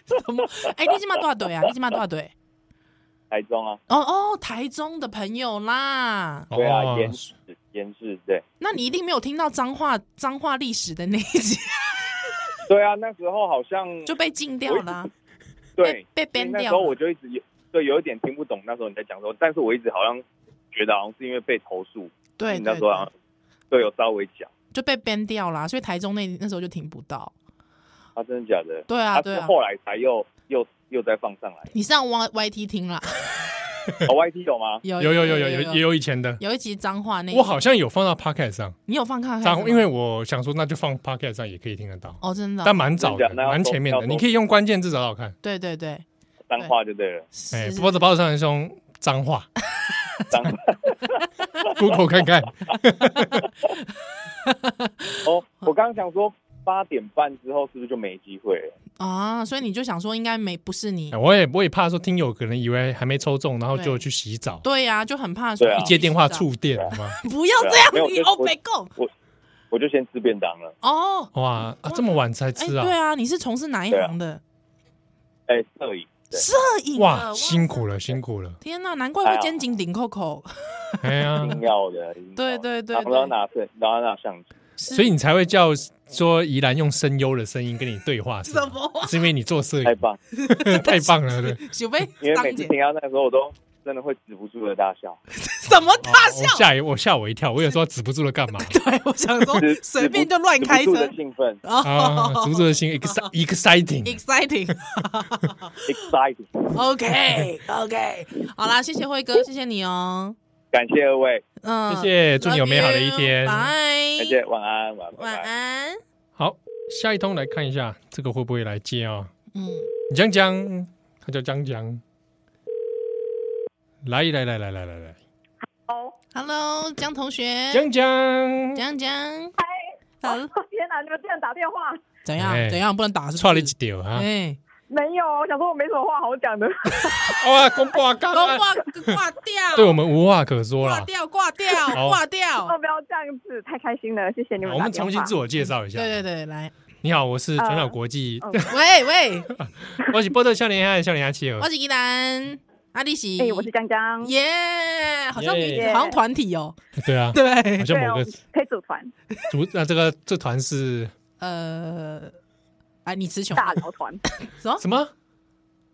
C: 怎么？ (laughs) 哎，你今晚多少队啊？你今晚多少队？
G: 台中啊，
C: 哦哦，台中的朋友啦，
G: 对啊，
B: 哦
G: 延世延世对，
C: 那你一定没有听到脏话脏话历史的那
B: (laughs)
C: 一集
G: 对啊，那时候好像
C: 就被禁掉了啊、
G: 对
C: 被被
G: 所以
C: ban
G: 那时
C: 掉
G: 候
C: 了
G: 我就一直有对有一点听不懂那时候你在讲什么，但是我一直好像觉得好像是因为被投诉，
C: 对
G: 你那
C: 对
G: 时候好像，
C: 对
G: 对有稍微讲
C: 就被 ban 掉啦、所以台中那那时候就听不到。
G: 啊，真的假的？
C: 对啊
G: 他
C: 对
G: 是
C: 啊，
G: 后来才又又又再放上来，
C: 你上 Y Y T 听
B: (laughs)
C: 啦，
G: 哦 Y T 有吗？
C: 有
B: 有有有
C: 有
B: 有有也
C: 有
B: 有以前的，
C: 有一集脏话那一集，
B: 我好像有放到 Pocket 上，
C: 你有放看看
B: 然
C: 是
B: 后
C: 吗？
B: 因为我想说那就放 Pocket 上也可以听得到，
C: 哦真的哦、
B: 但蛮早的，
G: 真的假的
B: 蛮前面
G: 要
B: 的，
G: 搜
B: 你可以用关键字找找看。 (laughs)
C: 对对对，
G: 脏话就对了，
C: 是
B: 哎，
C: 是
B: 波子包子上人兄脏话，
E: 长
B: (laughs) Google 看看，
G: (laughs) 哦，我刚刚想说八点半之后是不是就没机会了？
C: 啊，所以你就想说应该没不是你，
B: 我也我也怕说听友可能以为还没抽中，然后就
C: 对
B: 去洗澡，
C: 对呀、就很怕说
G: 对啊
B: 哦一接电话触电，好吗？
C: (laughs) 不要
G: 对啊
C: 这样
G: 没有，
C: 你
G: 就是
C: Oh
G: 我
C: my God！
G: 我就先吃便当了。
C: 哦，
B: 哇啊，这么晚才
C: 哎、
B: 吃啊
C: 对？啊，你是从事哪一
G: 对啊
C: 行的？
G: 哎、摄影，对
C: 摄影啊的
B: 哇，辛苦了，辛
G: (laughs)
B: 苦了，
C: 天呐，难怪
G: 还
C: 会
G: 好
C: 肩颈顶扣扣。
G: 嗯
B: 哎呀
G: 一，定要的，一定要的
C: 对对对
G: 然后
C: 对
G: 要拿摄，然后要拿相机。
B: 所以你才会叫说宜兰用声优的声音跟你对话，是吗
C: 什么
B: 是因为你做摄
G: 太
B: 影
G: 棒！
B: (laughs) 太棒了，
C: (laughs)
B: 对，
C: 小贝
G: 因为
C: 当
G: 每次
C: 姐
G: 听到那个时候，我都真的会止不住的大笑，
C: (laughs) 什么大
B: 我
C: 笑？
B: 吓一我吓我一跳，我有时候止不住了，干嘛
C: 对，哦我想 (laughs) 说
G: 止
C: 随便就乱开
G: 止不住
C: 车
G: 的兴奋
B: (laughs) 啊？止不
C: (laughs)
B: 住
C: 哦
B: 的心 exci- exciting，
C: ，exciting。 (laughs)
G: ，exciting！
C: OK
G: (laughs)
C: OK，好啦，谢谢辉哥，谢谢你哦。
G: 感谢二位，
C: 嗯，
B: 谢谢，祝你有美好的一天，
C: 拜
G: 再。见，晚安，晚安，拜
C: 晚
G: 拜。
C: 安。
B: 好，下一通来看一下，这个会不会来接啊、哦？
C: 嗯，
B: 江江，他叫江江。来来来来来来来，
G: 哦
C: Hello，江同学，
B: 江江，
C: 江江，好，
G: 哦
H: 天哪！你们竟然打电话？
C: 怎样
B: 哎
C: 怎样不能打是
B: 错
C: 不
B: 了
C: 是
B: 一？丢啊！
C: 哎，
H: 没有，啊我想说我没什么话好
B: (laughs)
H: 讲的。
B: 哇，哦公挂刚
C: 都挂挂掉，
B: 对我们无话可说
C: 挂
B: 了。
H: 啊
C: 掉啊挂掉
B: 好
C: 挂掉
H: 哦，。不要这样子，太开心了，谢谢你
B: 好
H: 们
B: 我
H: 打
B: 们
H: 电
B: 重
H: 话。
B: 新自我介绍一下。嗯
C: 对对，对，来，
B: 你好，我是转角国际，
H: 哦
C: 喂喂，
B: 我是波特笑脸鸭的笑脸鸭企鹅
C: 我。是依兰，阿丽喜，
H: 哎、我是江江。
C: 耶，好像女子
H: Yeah
C: 好像团体哦，
B: 对啊，好
C: (laughs) 对，
B: 像
H: 对
B: 某
H: 哦
B: 个，
H: 可以组团，
B: 组那这个这团是
C: 呃，哎，你词穷
H: 大聊团，
C: (laughs) 什么
B: 什么？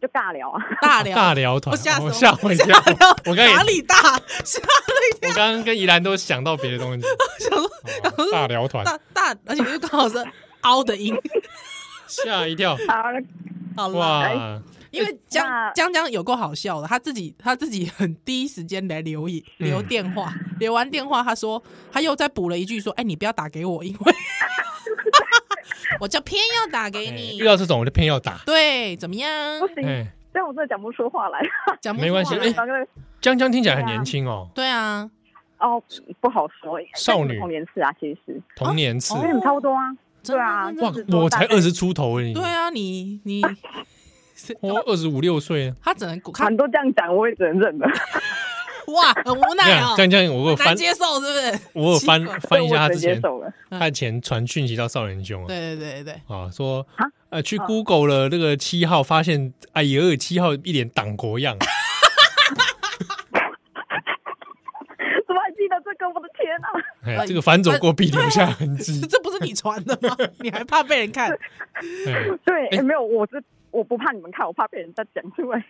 H: 就尬聊啊。
C: 大聊
B: 大聊团
C: 我，吓死
B: 哦
C: 我
B: 吓我一跳
C: 大聊！
B: 我刚也
C: 哪里大？ (laughs) 是
B: 我刚刚跟宜兰都想到别的
C: (laughs)
B: 东西，
C: 想说
B: 哦大聊团
C: 大大，而且又刚好是凹的音，
B: 吓一跳，
H: 好，
C: 好哎了，
B: 哇！
C: 因为江
H: 那
C: 江江有够好笑的，他自己他自己很第一时间来留言
B: 嗯
C: 留电话，留完电话他说他又再补了一句说，哎、你不要打给我，因
H: (laughs)
C: 为我就偏要打给
B: 哎
C: 你
B: 遇。到这种我就偏要打。
C: 对，怎么样
H: 不？行，
B: 哎，
H: 这样我真的讲不出话来。
C: (laughs) 讲不
B: 没关系
C: 出来
B: 哎
H: 然后就
B: 江江听起来很年轻哦，
C: 对啊，
H: 哦，不好说。
B: 少女
H: 但是童年是啊，其实是，
B: 童年次
C: 哦。
H: 因为你们差不多啊。
C: 真
H: 对
C: 的
H: 啊
C: 真，的
B: 哇
H: 就，是
B: 我
H: 说大
B: 才
H: 概
B: 二十出头而已，
C: 对啊，你你
B: 我二十五六岁。啊
C: 他只能他
H: 很多这样讲，我也只能认了。 (laughs)
C: 哇，很无
B: 你
C: 奈哦
B: 看，江江，我有
C: 难
B: 翻，
C: 接受是不是？
B: 我有翻
C: 奇怪
B: 翻一下他
H: 我
B: 之
H: 只能接
B: 前，
H: 受了。
B: 他以前传讯息到少年兄啊，
C: 对对对嗯对，嗯
B: 啊说
H: 啊
B: 呃去 Google 了那个七号，发现哎呦七号一脸党国
C: (laughs)
B: 样，
H: 怎么还记得这个？我的天啊！
B: 哎
C: 哎
B: 这个反走过必留下痕迹
C: (laughs) 这。这不是你传的
H: (laughs)
C: 吗？你还怕被人看？
B: 哎
H: 对，
B: 哎
H: 哎没有，我是我不怕你们看，我怕被人家讲出来。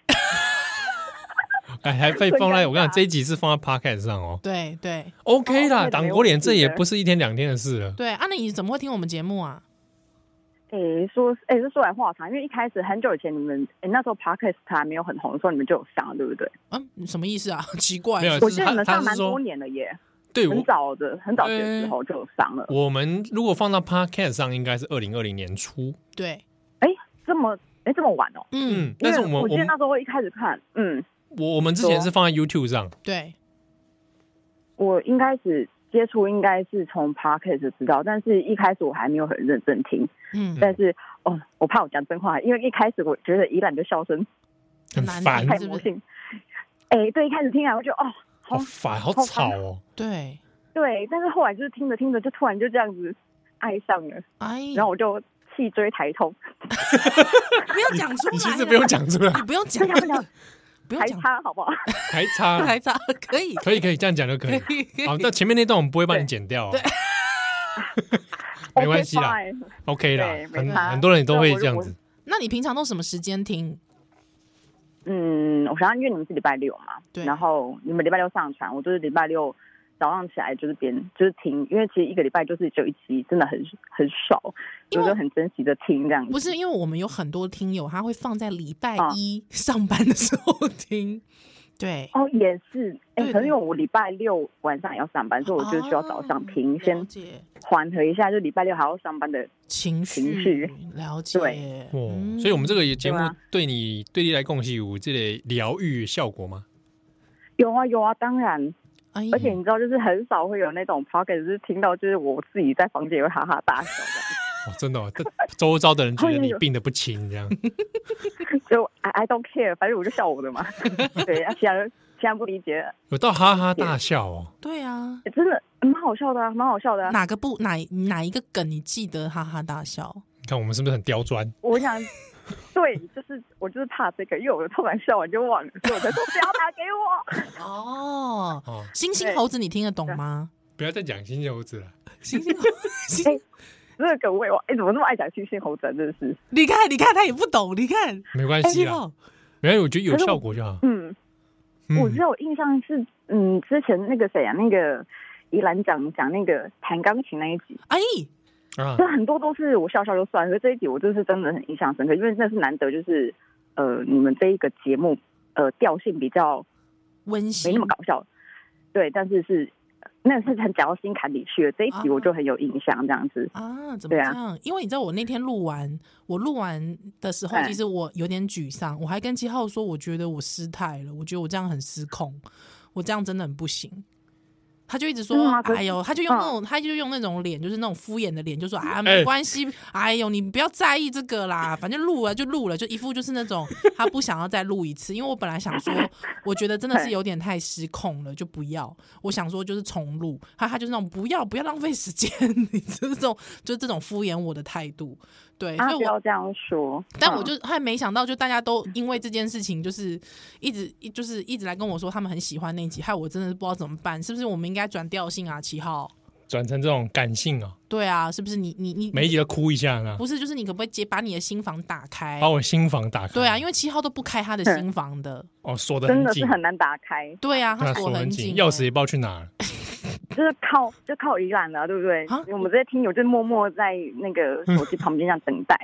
B: 哎，还被放在
H: 很尴尬
B: 我跟你讲，这一集是放在 Podcast 上哦
C: 对对哦
B: ，OK 啦，
H: 对的
B: 党国脸
H: 哦没问题
B: 这也
H: 的
B: 不是一天两天的事了。
C: 对，啊，那你怎么会听我们节目啊？
H: (laughs) 哎、说哎、这说来话长，因为一开始很久以前你们，哎、那时候 podcast 还没有很红的时候，你们就有上了，对不对？
C: 嗯，什么意思啊？ (laughs) 奇怪，
B: 没有
H: 我
B: 是
H: 记得
B: 他
H: 你们
B: 他
H: 上
B: 是
H: 蛮
B: 说
H: 多年了耶，
B: 对，我
H: 很早的，很早期的时候就有上了。
B: 我们如果放到 Podcast 上，应该是二零二零年初。
C: 对，
H: 哎、这么哎、这么晚哦、
C: 嗯，
B: 嗯，但是我
H: 因
B: 们
H: 为我
B: 我
H: 记得
B: 们
H: 那时候一开始看，嗯，
B: 我我们之前是放在 YouTube 上，
C: 对，
H: 我一开始接触应该是从 podcast 知道，但是一开始我还没有很认真听，
C: 嗯，
H: 但是哦，我怕我讲真话，因为一开始我觉得宜兰的笑声
B: 很
C: 难
B: 烦
C: 听
H: 太
C: 是不
H: 魔
C: 是
H: 性。哎、对，一开始听啊，我就哦，
B: 好
H: 好
B: 烦，好
H: 好
B: 吵
H: 烦
B: 哦。
C: 对，
H: 对，但是后来就是听着听着，就突然就这样子爱上了，
C: 哎，
H: 然后我就气追台痛，
C: 不要讲出来，啊
B: 你其实不用，讲出来
C: 你，不用
H: (laughs)
C: 讲， (laughs) 不用
H: 还
C: 讲，
H: 差好不好？
B: 还差，啊
C: (laughs) 还
H: (laughs)
C: 差可以，
B: 可以可以这样讲就可以。 (laughs) 好，哦那前面那段我们不会帮你剪掉哦， (laughs) 没关系啦
H: OK，fine
B: ，OK 啦
H: 对，没
B: 很
H: 差
B: 很多人都会这样
H: 对
B: 子。
C: 那你平常都什么时间听？
H: 嗯，我想想，因为你们是礼拜六嘛，
C: 对
H: 然后你们礼拜六上传，我就是礼拜六早上起来就是边就是听，因为其实一个礼拜就是只有一集，真的很很少，
C: 因
H: 我
C: 为
H: 就很珍惜的听这样子。
C: 不是因为我们有很多听友，他会放在礼拜
H: 啊
C: 一上班的时候听，对，
H: 哦，也是，哎、
C: 对
H: 可
C: 对
H: 能因为我礼拜六晚上也要上班，所以我就需要早上听，
C: 哦了
H: 先
C: 解
H: 缓和一下，就礼拜六还要上班的
C: 情
H: 情
C: 绪
H: 绪，
C: 了解
H: 对，
B: 哦
C: 嗯，
B: 所以我们这个节目
H: 对啊
B: 对你对你来贡献有这类疗愈效果吗？
H: 有啊有啊，当然，
C: 哎呀，
H: 而且你知道，就是很少会有那种 pocket 是听到，就是我自己在房间也会哈哈大笑
B: 哦，真的、
C: (laughs)
B: 哦，这周遭的人觉得
H: 会
B: 你
H: 有
B: 病得不轻，这样
H: 的， (laughs) 就 I I don't care，反正我就笑我的嘛。对，啊，其他人其他人不理解，
B: 有到哈哈大笑哦。
C: 对啊，
H: 欸真的蛮好笑的啊，蛮好笑的啊。
C: 哪个不哪哪一个梗你记得哈哈大笑？
B: 你看我们是不是很刁钻？
H: 我想，对，就是我就是怕这个，因为我突然笑完就忘了，所以我才说不要打给我。
C: (laughs) 哦，
B: 哦，
C: 星星猴子你听得懂吗？
B: 不要再讲新猴子了。
C: 星星猴星星，
H: 哎这个梗我也忘，哎、怎么那么爱讲星星猴子、啊，真的是，
C: 你看你看他也不懂，你看，
B: 没关
C: 哎
B: 系
C: 你
B: 啦，
C: 好，
B: 没关系，我觉得有效果就好。
H: 嗯，
B: 嗯
H: 我只有印象是，嗯，之前那个谁啊，那个宜兰讲讲那个弹钢琴那一集，
C: 哎，
B: 啊
H: 这，很多都是我笑笑就算了，可是这一集我就是真的很印象深刻，因为那是难得就是，呃，你们这一个节目，呃，调性比较
C: 温
H: 没
C: 馨
H: 那么搞笑，对，但是是那是很讲到心坎里去了，这一集我就很有印象，这样子。
C: 啊，怎么这
H: 对啊
C: 样？因为你知道，我那天录完，我录完的时候，
H: 哎
C: 其实我有点沮丧，我还跟七号说，我觉得我失态了，我觉得我这样很失控，我这样真的很不行。他就一直说
H: 嗯啊：“可是
C: 哎呦，他就用那种，他就用那种脸，就是那种敷衍的脸，就说啊，
B: 哎
C: 没关系，哎呦，你不要在意这个啦， (laughs) 反正录了就录了，就一副就是那种 (laughs) 他不想要再录一次。因为我本来
H: (laughs)
C: 想说，我觉得真的是有点太失控了，就不要。我想说就是重录，他他就是那种不要不要浪费时间， (laughs) 你这种就是这种敷衍我的态度，对，
H: 啊，
C: 所
H: 不
C: 以我
H: 要这样说。
C: 但我
H: 嗯
C: 就还没想到，就大家都因为这件事情，就是一直一就是一直来跟我说他们很喜欢那一集，害我真的是不知道怎么办，是不是我们应该转调性啊？七号，
B: 转成这种感性啊，
C: 对啊，是不是你你你
B: 每一集都哭一下呢，
C: 不是就是你可不可以解把你的心房打开
B: 把？我心房打开。
C: 对啊，因为七号都不开他的心房的，
B: 哦锁得
H: 真
B: 很
H: 的
B: 紧
H: 是，很难打开，
C: 对啊，
B: 对
C: 他
B: 啊锁
C: 锁
B: 得很
C: 很
B: 紧，
C: 紧，
B: 钥匙也不知道去哪了。
H: 就是靠就靠宜兰了，对不对
C: 啊？
H: 我们这些听友就默默在那个手机旁边这样等
C: (laughs)
H: 待，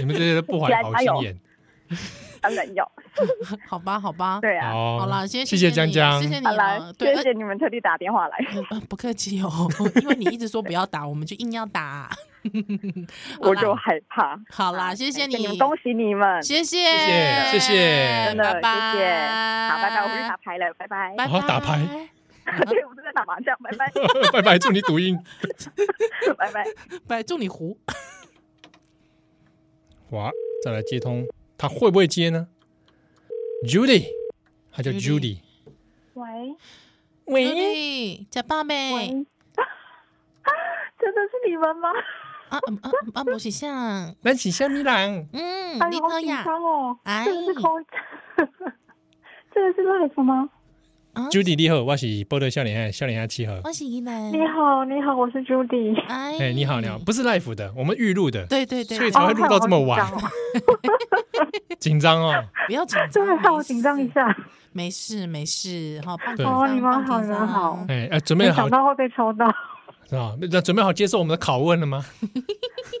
B: 你们这些都不怀好心眼。
H: 当然要，
C: 好吧，好吧，
H: 对啊。
B: 好
C: 好啦，先
B: 谢
C: 谢
B: 江
C: 你
B: 江，
C: 谢谢你
H: 好啦
C: 了，，对，
H: 谢
C: 而
H: 谢你们特地打电话来。
C: 呃呃不客气哦，因为你一直说不要打， (laughs) 我们就硬要打。
H: 我就害怕。
C: 好啦，谢谢
H: 感你
C: 你，
H: 们，恭喜你们，
C: 谢谢，
B: 谢谢谢
H: 真的
C: 拜拜，
H: 谢谢。好，拜拜，我回去打，牌了，拜拜。
C: 拜
B: 好
C: 拜，
B: 打牌，
H: 对，我们在打麻将，拜拜，
B: (laughs) (laughs) 拜拜，祝你读音。
H: (laughs) 拜拜。
C: 拜，祝你胡。
B: 哇，再来接通，他会不会接呢？Judy，他叫
C: Judy
B: Judy。
H: 喂
B: 喂，
C: Judy，假爸妹
H: 喂， (laughs) 真的是你们吗？
C: 啊嗯啊嗯啊，不是像，
B: 咱是虾米人？
C: 嗯，
H: 哎
C: 你
H: 呦，
C: 好
H: 好紧
C: 呀，
H: 张哦！ (laughs)
C: 哎
H: 这个是空，这个是 live 吗？
C: 啊
B: Judy 你好，我是波特笑脸爱笑脸爱七号。
C: 我是依兰，
H: 你，好，你好，我是 Judy。
C: 哎
B: 哎，你好，你好，，不是 live 的，我们预录的，
C: 对对对，
B: 所以才
C: 对
B: 会录到这么晚
H: 哦，好紧张
B: (laughs) 紧张
H: 哦 (laughs)
B: 哦。
C: 不要紧
H: 真
C: 张，
H: 的让我
C: 没事
H: 紧张一，下。
C: 没事没事，好，棒
B: 对
C: 棒
B: 哦
H: 你们好
C: 棒
H: 你们好
C: 棒
B: 哎，呃准备
H: 没
B: 好
H: 想到会被抽到。
B: 是吧？那准备好接受我们的拷问了吗？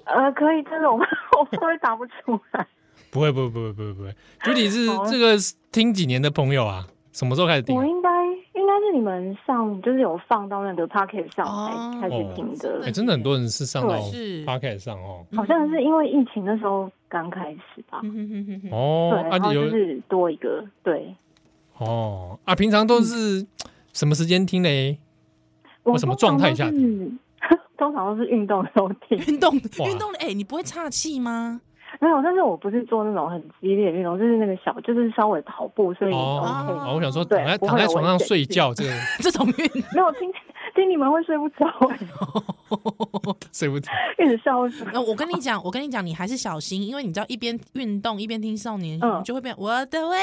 H: 呃，可以，但是我们我会不会答不
C: (laughs)
H: 出来？
B: 不会，不会，不会，不会，不会。Judy 是
H: 好
B: 这个是听几年的朋友啊？什么时候开始听
A: 我
B: 啊？
A: 应该应该是你们上就是有放到那个 Pocket 上才开始听
C: 哦
A: 的，
B: 哎，真的很多人是上到
C: 是
B: Podcast 上哦。
A: 好像是因为疫情那时候刚开始吧。
C: 嗯哼哼哼哼
B: 哦
A: 对，，
B: 啊，
A: 然后
B: 你
A: 就
B: 有
A: 是多一个对。
B: 哦啊，平常都是
C: 嗯
B: 什么时间听嘞？
A: 我
B: 什么状态下
A: 通常都是？ (laughs) 通常都是运动的时候听，
C: 运动
B: 哇
C: 运动，哎、你不会岔气吗？
A: 没有，但是我不是做那种很激烈的运动，就是那个小，就是稍微跑步，所以
B: 哦
A: OK
B: 哦，我想说
A: 对
B: 躺在
A: 不会
B: 躺在
A: 有
B: 床上
A: 危险
B: 睡觉，这个
C: 这种运
A: 没有听 (laughs) 听你们会睡不着，
B: 睡不着。
A: (laughs) 一直笑死。
C: 呃，我跟你讲，我跟你讲，你还是小心，因为你知道一边运动一边听少年雄，
A: 嗯
C: 就会变我的
A: (laughs)
C: 胃。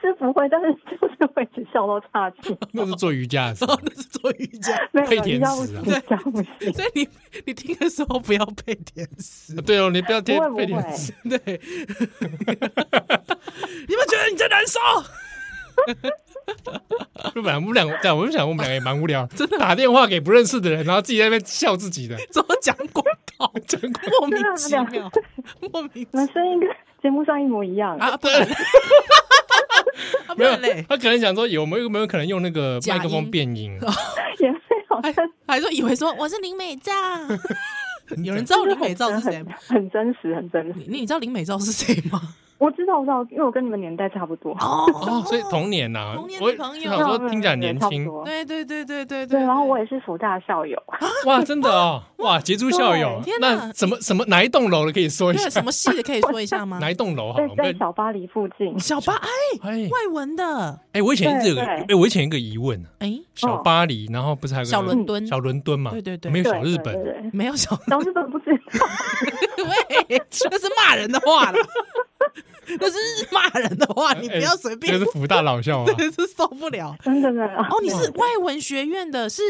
A: 是不会，但是就是会一直笑到岔
C: (laughs)
A: 气，
B: 那是做瑜伽的时候
C: 哦，，那是做瑜伽，
A: 没有
B: 配甜
A: 一下不
B: 食啊
A: 行，一下不行。
C: 所以你你听的时候不要配甜食，
B: 对哦，你不要贴
A: 不
B: 配
A: 会不
B: 点
A: 会，
C: 对。
B: (laughs)
C: 你们觉得你在
A: (laughs)
C: 燃烧？
B: 不然我们两个，啊但我就想我们两个也蛮无
C: (laughs)
B: 聊，真的打电话给不认识的人，然后自己在那边笑自己的，
C: 怎么讲广
B: (laughs)
C: 告？讲
A: (laughs) 啊
C: 莫名其妙，莫名
A: 你们声音跟节目上一模一样，
C: 啊，不然嘞，啊不
B: 没有
C: 然嘞，，
B: 他可能想说有没有有没有可能用那个麦克
C: 假
B: 风
C: 音
B: 变音？
A: (laughs) 也没有，
C: 哎
A: 但是
C: 还说以为说我是林
B: (laughs)
C: 美照，有人知道林美照是谁吗？
A: 很真实，很真实。
C: 你你知道林美照是谁吗？
A: (laughs) 我知道，我知道，因为我跟你们年代差不多。
C: 哦
B: 哦，所以童年呐、
C: 童年的
B: 我
C: 朋友
B: 我想说听起来很年
A: 差不
B: 轻，
A: 多
C: 对对对对对啊
A: 对，然后我
C: 也
A: 也是福大校友，
B: 哇，真的哦，哇，杰出校友
C: 对天，哪
B: 那什么什么哪一栋楼的可以说一
C: 对
B: 下？
C: 什么系的可以说一下吗？
B: 哪一栋楼好
A: 在
B: 了？
A: 在
B: 不
A: 小巴黎附近。
C: 小巴哎，
B: 哎
C: 外文的
B: (laughs) 哎，我以前一直有个
A: 对对哦
B: 哎，我以前有一个疑问啊，
C: 哎，哦
B: 小巴黎，然后不是还有个
C: 小伦敦
B: 小伦敦嘛？
C: 对对对
B: 没有
A: 对
B: 小日本
A: 对，对对
C: 没有小
A: 小日本不知道，
C: (laughs) 喂，那是骂人的
A: (laughs)
C: 话了，那是骂人的话， (laughs) 你不要随
B: 哎这
C: 便
B: 个，是
C: (laughs)
B: 福大老校啊。
C: 真是受不了。
A: 真的真的。
C: 哦，你是外文学院的，是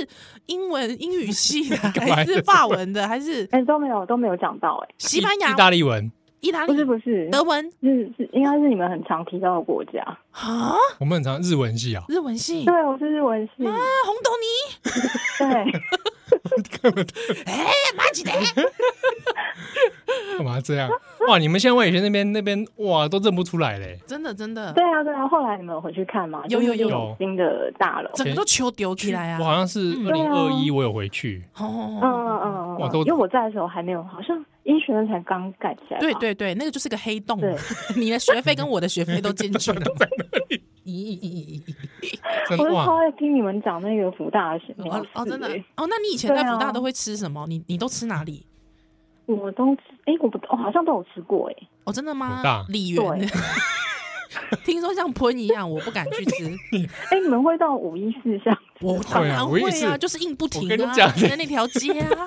C: 英文英语
B: (laughs)
C: 系的，
B: 嘛
C: 还是法文的，还是
A: 哎，都没有都没有讲到哎，
C: 西班牙
B: 意、大利文，
C: 意大
A: 不
C: 利
A: 是、不是，
C: 德文
A: 是是应该是你们很常提到的国家。
C: 啊？
B: 我们很常日文
C: (laughs)
B: 系啊，
C: 日文系啊？
A: 对，我是日文系，
C: 红豆泥，
A: 对，
C: (laughs) 哎，马
A: (laughs)
C: 吉雷，
B: 干嘛这样？哇，你们现在外语学那边那边哇都认不出来嘞，
C: 真的真的
A: 对，啊对啊。后来你们有回去看吗？就
C: 有
A: 是
C: 有有
B: 有
A: 新的大楼。
C: 整个都球丢起来啊
B: 我！好像是
C: 嗯
B: 二零二一我有回去，
C: 哦哦
A: 嗯
C: 哦
A: 嗯嗯嗯
B: 哇
A: 嗯
B: 都，
A: 因为我在的时候还没有，好像医学院才刚盖起来吧。
C: 对对对，那个就是个黑洞
A: 对，
C: (laughs) 你的学费跟我的学费都兼
B: (laughs)
C: 具了。咦咦咦咦咦！
B: 真
A: 我是超
B: 哇，
A: 爱听你们讲那个福大的事情
C: 哦哦，真的啊
A: 欸
C: 哦，那你以前在
A: 对啊
C: 福大都会吃什么？你你都吃哪里？
A: 我都吃，哎、我不，我、好像都有吃过、欸，
C: 哦，真的
B: 福大
C: 吗？李
A: 对
C: 园， (laughs) 听说像喷一样，我不敢去
A: (laughs)
C: 吃。
A: 哎，哎，你们会到五一四巷？
C: 我当然
B: 我
C: 会
B: 也是
C: 啊，就是硬不停
B: 我跟你
C: 啊，
B: 讲
C: 在那条街
B: (laughs)
C: 啊。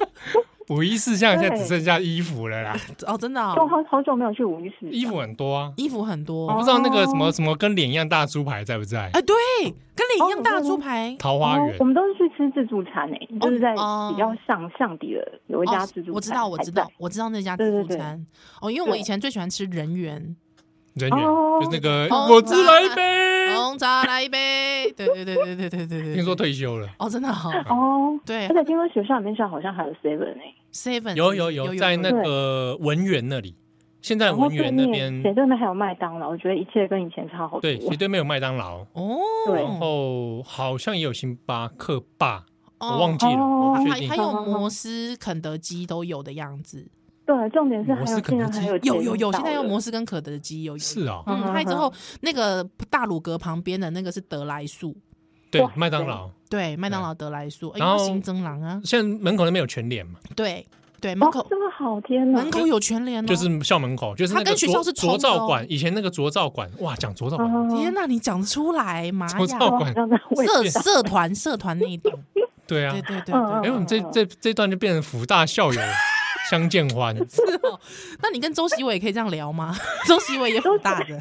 B: 五一四项现在只
A: 对
B: 剩下衣服了啦，
C: 哦，真的哦，
A: 我好好久没有去五一四
B: 衣服很多啊，
C: 衣服很多
B: 我。不知道那个什
C: 哦
B: 么什么跟脸一样大猪排在不在？
C: 哎，对，跟你一样
A: 哦
C: 大
A: 对
C: 猪排。
B: 桃花源
A: 哦我们都是去吃自助餐诶、就是在
C: 哦
A: 比较上上底的有一家自助餐、
C: 我知道，我知道，，我知道那家
A: 对
C: 自
A: 对
C: 助
A: 对
C: 餐。哦，因为我
A: 对
C: 以前最喜欢吃人猿，
B: 人员
A: 哦
B: 就是那个
C: 哦
B: 我自来一杯，
C: 红茶啊来一杯。对对对对对
B: (laughs)
C: 对对对。
B: 听说退休了，
C: 哦，真的哦。
A: 哦，
C: 对
A: 而且听说学校里面现在好像还有 seven 诶、
C: ，seven
B: 有有
C: 有
B: 有，在那个文园那里，现在
A: 然后
B: 文
A: 对
B: 园那
A: 面
B: 边
A: 斜对面还有麦当劳，我觉得一切跟以前差好多。
B: 对斜对面有麦当劳，
C: 哦，
A: 对
B: 然后好像也有星巴克吧，我
C: 哦
B: 忘记了，我
A: 哦
B: 不
C: 还
B: 确定
C: 还。有摩斯、肯德基都有的样子，
A: 对，重点是还
B: 摩斯
A: 有
B: 肯
A: 竟
B: 德
A: 然
B: 基
A: 还有
C: 有有有，
A: 捷运
C: 现在有
A: 到了
C: 摩斯跟肯德基有有
B: 是
C: 啊，
B: 啊，
C: 嗯，
A: 嗯
C: 还之后那个大鲁阁旁边的那个是德莱素，
B: 对
A: 哇
B: 麦当劳，
C: 对，麦当劳德莱素，哎
B: 然后
C: 有新增郎啊，
B: 现在门口那边有全脸嘛，
C: 对对，门
A: 哦
C: 口，
A: 这么好，天哪！
C: 门口有全联哦，
B: 就是校门口，就是那
C: 它
B: 个
C: 跟学校
B: 卓
C: 是冲
B: 卓
C: 的
B: 照
C: 哦嗯
B: 馆，以前那个卓照馆，哇，讲卓照馆，
A: 啊
C: 天哪，你讲得出来，妈
B: 卓
C: 呀，
B: 照
A: 我好
B: 馆，
A: 像在为
C: 社社团社团那
B: (laughs)
C: 一栋，
B: 对啊
C: 对，对对
A: 嗯嗯
B: 哎，
C: 对，
B: 我们这这这段就变成福大校友相见欢，
C: (laughs) 是哦，那你跟周习伟可以这样聊吗？ (laughs) 周习伟也很大
A: (laughs)
C: 的，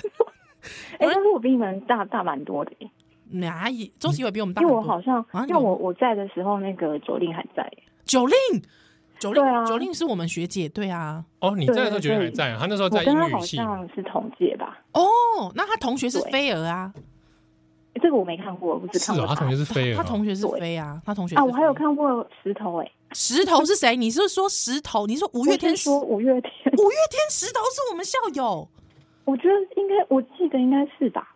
A: 哎、但是我比你们大大蛮多的、欸，
C: 哪里？周习伟比我们大
A: 因
C: 很
A: 为我
C: 多，
A: 好像，
C: 啊你
A: 因为我我在的时候，那个九令还在、
C: 九令。九令
A: 对，啊
C: 九令是我们学姐，对啊。
B: 哦，你在的时候觉得还在啊，他那时候
A: 我
B: 在
A: 跟他
B: 英语
A: 好
B: 系，
A: 像是同届吧，
C: 哦，那他同学是
A: 对
C: 飞儿啊，
A: 这个我没看过，我只
B: 是
A: 看过
B: 啊，他同学是飞儿
C: 他
B: 啊，
C: 同学是
A: 对
C: 飞啊，他同学
A: 啊，
C: 是
A: 我还
C: 飞
A: 有看过石头哎、
C: 石头是谁？你是说石头？你说五
A: 我
C: 月
A: 是
C: 天？
A: 说
C: 五
A: 五月天，
C: 月天石头是我们校友，
A: (laughs) 我觉得应该，我记得应该是吧，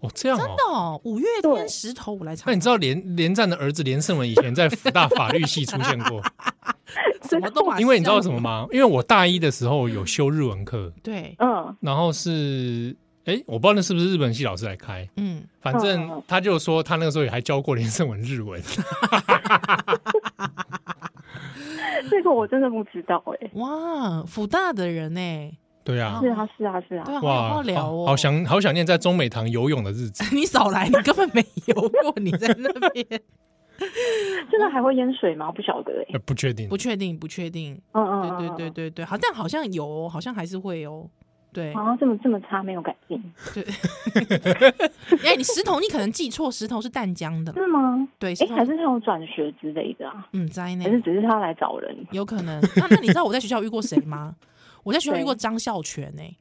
B: 哦这样
C: 真
B: 哦
C: 的。哦，五月天
A: 对
C: 石头我来查。
B: 那你知道连连战的儿子连胜文以前在福大法律系出现
A: (laughs)
B: 过，
C: (laughs) 什
B: (laughs)
C: 么都啊马上
B: 因为你知道为什么吗？因为我大一的时候有修日文课，
C: 对，
A: 嗯，
B: 然后是哎，我不知道那是不是日本系老师来开，
C: 嗯，
B: 反
A: 嗯嗯
B: 正
A: 嗯
B: 他就说他那个时候也还教过连胜文日文，
A: 这个我真的不知道哎、
C: 哇，福大的人呢、
B: 对啊
A: 是，啊，是啊，是啊
C: 对，啊，好好聊哦。
B: 好好想好想念在中美堂游泳的日子，
C: (laughs) 你少来，你根本没游过，你在那边
A: 现在还会淹 (laughs) 水吗？我不晓得哎、
B: 呃不确定
A: (laughs)
C: 不，确定，不确定。
A: 嗯嗯
C: 对
A: 嗯，
C: 对对对对，好像好像有、哦，好像还是会哦。对
A: 嗯，，好像这么这么差，没有改进，
C: 对，哎、你石头你可能记错，石头是淡江的，
A: 是吗？
C: 对，石
A: 哎、
C: 头
A: 还是他有转学之类的啊？
C: 嗯在那
A: 还是只是他来找人？
C: 有可能。啊那那你知道我在学校遇过谁吗？我在学校遇过张孝全呢、哎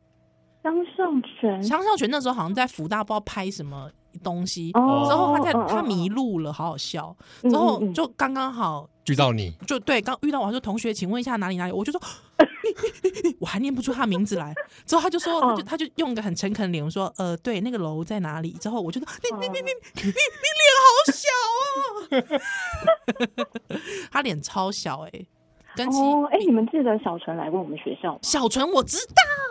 A: 张尚权，
C: 张孝全那时候好像在福大不知道拍什么东西，
A: 哦
C: 之后他在
A: 哦哦
C: 他迷路了，好好笑。
A: 嗯
C: 之后
A: 嗯嗯
C: 就刚刚好
B: 遇到你
C: 就对，刚遇到我，他说同学，请问一下哪里哪里？我就说， (laughs) 我还念不出他名字来。之后他就说，
A: 哦
C: 他就他就用一个很诚恳的脸说，呃，对，那个楼在哪里？之后我就说， (laughs) 你你你你你你脸好小哦，他脸超小哎、跟其
A: 哦，哎、你们记得小陈来过我们学校吗？
C: 小纯我知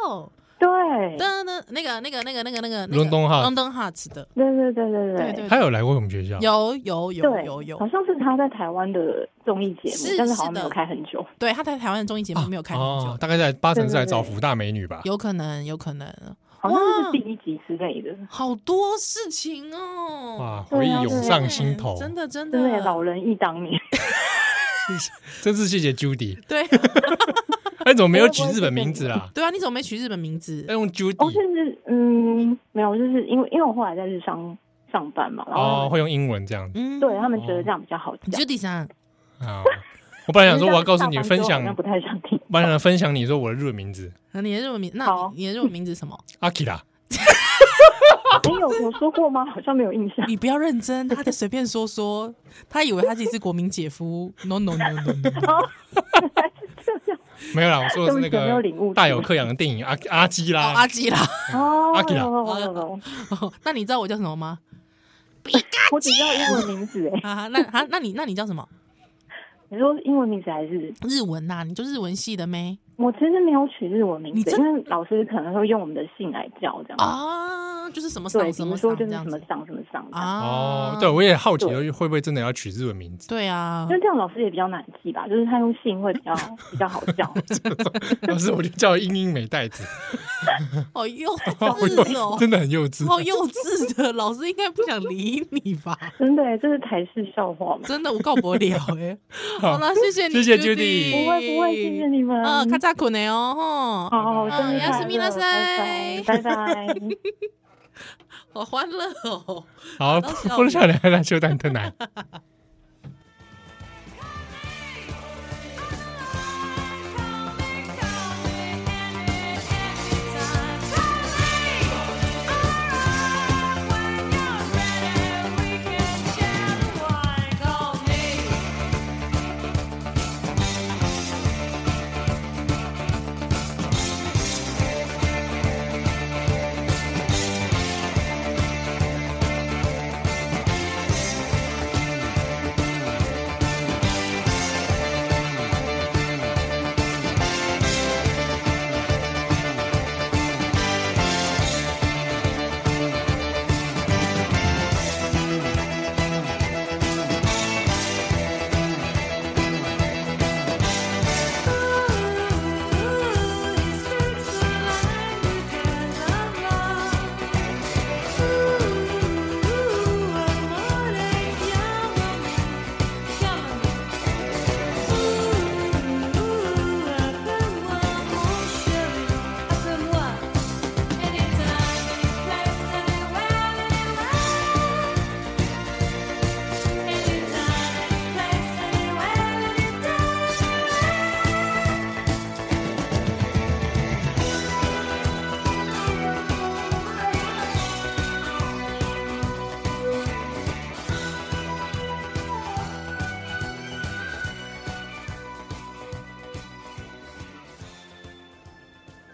C: 道，
A: 对，对
C: 噔噔，那个那个那个那个那个那个
B: London Hearts
C: London Hearts 的，
A: 对对对对
C: 对对，
B: 他
C: 对
B: 有啊来过我们学校，
C: 有有有
A: 对
C: 有
A: 好
C: 有，
A: 像是他在台湾的综艺节目，
C: 是
A: 但是好像
C: 是的
A: 没有开很久。
C: 对，他在台湾的综艺节目没有看很
B: 哦
C: 久，，
B: 大概在八成是来
A: 对对对
B: 找福大美女吧？
C: 有可能有可能，
A: 好像
C: 哇
A: 是第一集之类的，
C: 好多事情哦，
B: 哇，
A: 对啊
B: 回忆涌上心
C: 对
B: 头。
C: 真的真的
A: 真的老人忆当年。
B: (laughs) 真是谢谢
A: (laughs)
B: Judy，
C: 对
B: (laughs) 哎，你怎么没有举日本名字啦？
C: (laughs) 对啊，你怎么没取日本名字
B: 哎要？用
A: 哦，
B: Judy
A: 就是嗯，没有，就是因为因为我后来在日商上班嘛，然
B: 哦，
A: 后
B: 会用哦英文这样子
C: 嗯，
A: 对他们觉得这样比较好讲。
C: ，Judy 桑，
B: 啊。我本来想说我要告诉你
A: 因为
B: 分
A: 这样
B: 享
A: 大班之后好像，不太想听。
B: 我 (laughs) 本来想分享你说我的日文名字
C: 那你的日文名，那
A: 好
C: 你的日文名字是
A: (laughs)
C: 什么？
B: 阿 k i r a
A: 你有有说过吗？好像没有印象。
C: 你不要认真，他在随便说说，他以为他自己是国民姐夫，no no no no no，
A: 哦，原来是这样。
B: 没有啦，我说的是那
A: 对不起我没有领
B: 个
A: 悟
B: 大有克洋的电影阿阿基
C: 哦
B: 拉
C: 阿，基啦，哦
A: 哦，
B: Akira
A: 有有有有
C: 那你知道我叫什么吗？
A: (laughs) 我只知道英文名字哎。
C: 啊，那啊，那你那你叫什么？
A: 你说英文名字还是？
C: 日文呐、你就日文系的咩？
A: 我其实没有取日文名
C: 你
A: 字，
C: 真
A: 因为老师可能会用我们的姓来叫这样。
C: 啊，就是什么
A: 对，
C: 上
A: 比
C: 什
A: 如
C: 么
A: 说
C: 上
A: 就是
C: 这
A: 什
C: 样
A: 么
C: 子
A: 上什么上的。
C: 啊？
B: 哦，对，我也好奇
A: 对
B: 会不会真的要取日文名字？ (laughs)
C: 对啊
A: 因，为这样老师也比较难记吧，就是他用姓会比
C: (laughs)
A: 较比较好叫。
B: 当时我就叫英英美代
A: (laughs)
B: 子，
C: 好
B: (laughs)
C: 幼
B: 我
C: 稚
B: 就
C: 哦，
B: 真的很幼稚。
C: 好幼稚的老师应该不想理你吧？
A: (laughs) 真的耶，欸这是台式笑话嘛？
C: 真的我告不了哎、
B: (laughs)
C: 好了，谢谢你，
B: 谢谢 Judy
A: 不会不会，谢谢你们。
C: 嗯，咔嚓苦呢哦，吼
A: 好，
B: 拜拜
A: 生
B: 嗯
A: 日快
B: 亚斯
C: 米
A: 乐
C: 拉塞
A: 拜拜。拜拜
C: (laughs) 好欢乐哦。
B: 好，
C: 到时候
B: 不能笑来来修蛋特
C: (laughs)
B: 奶。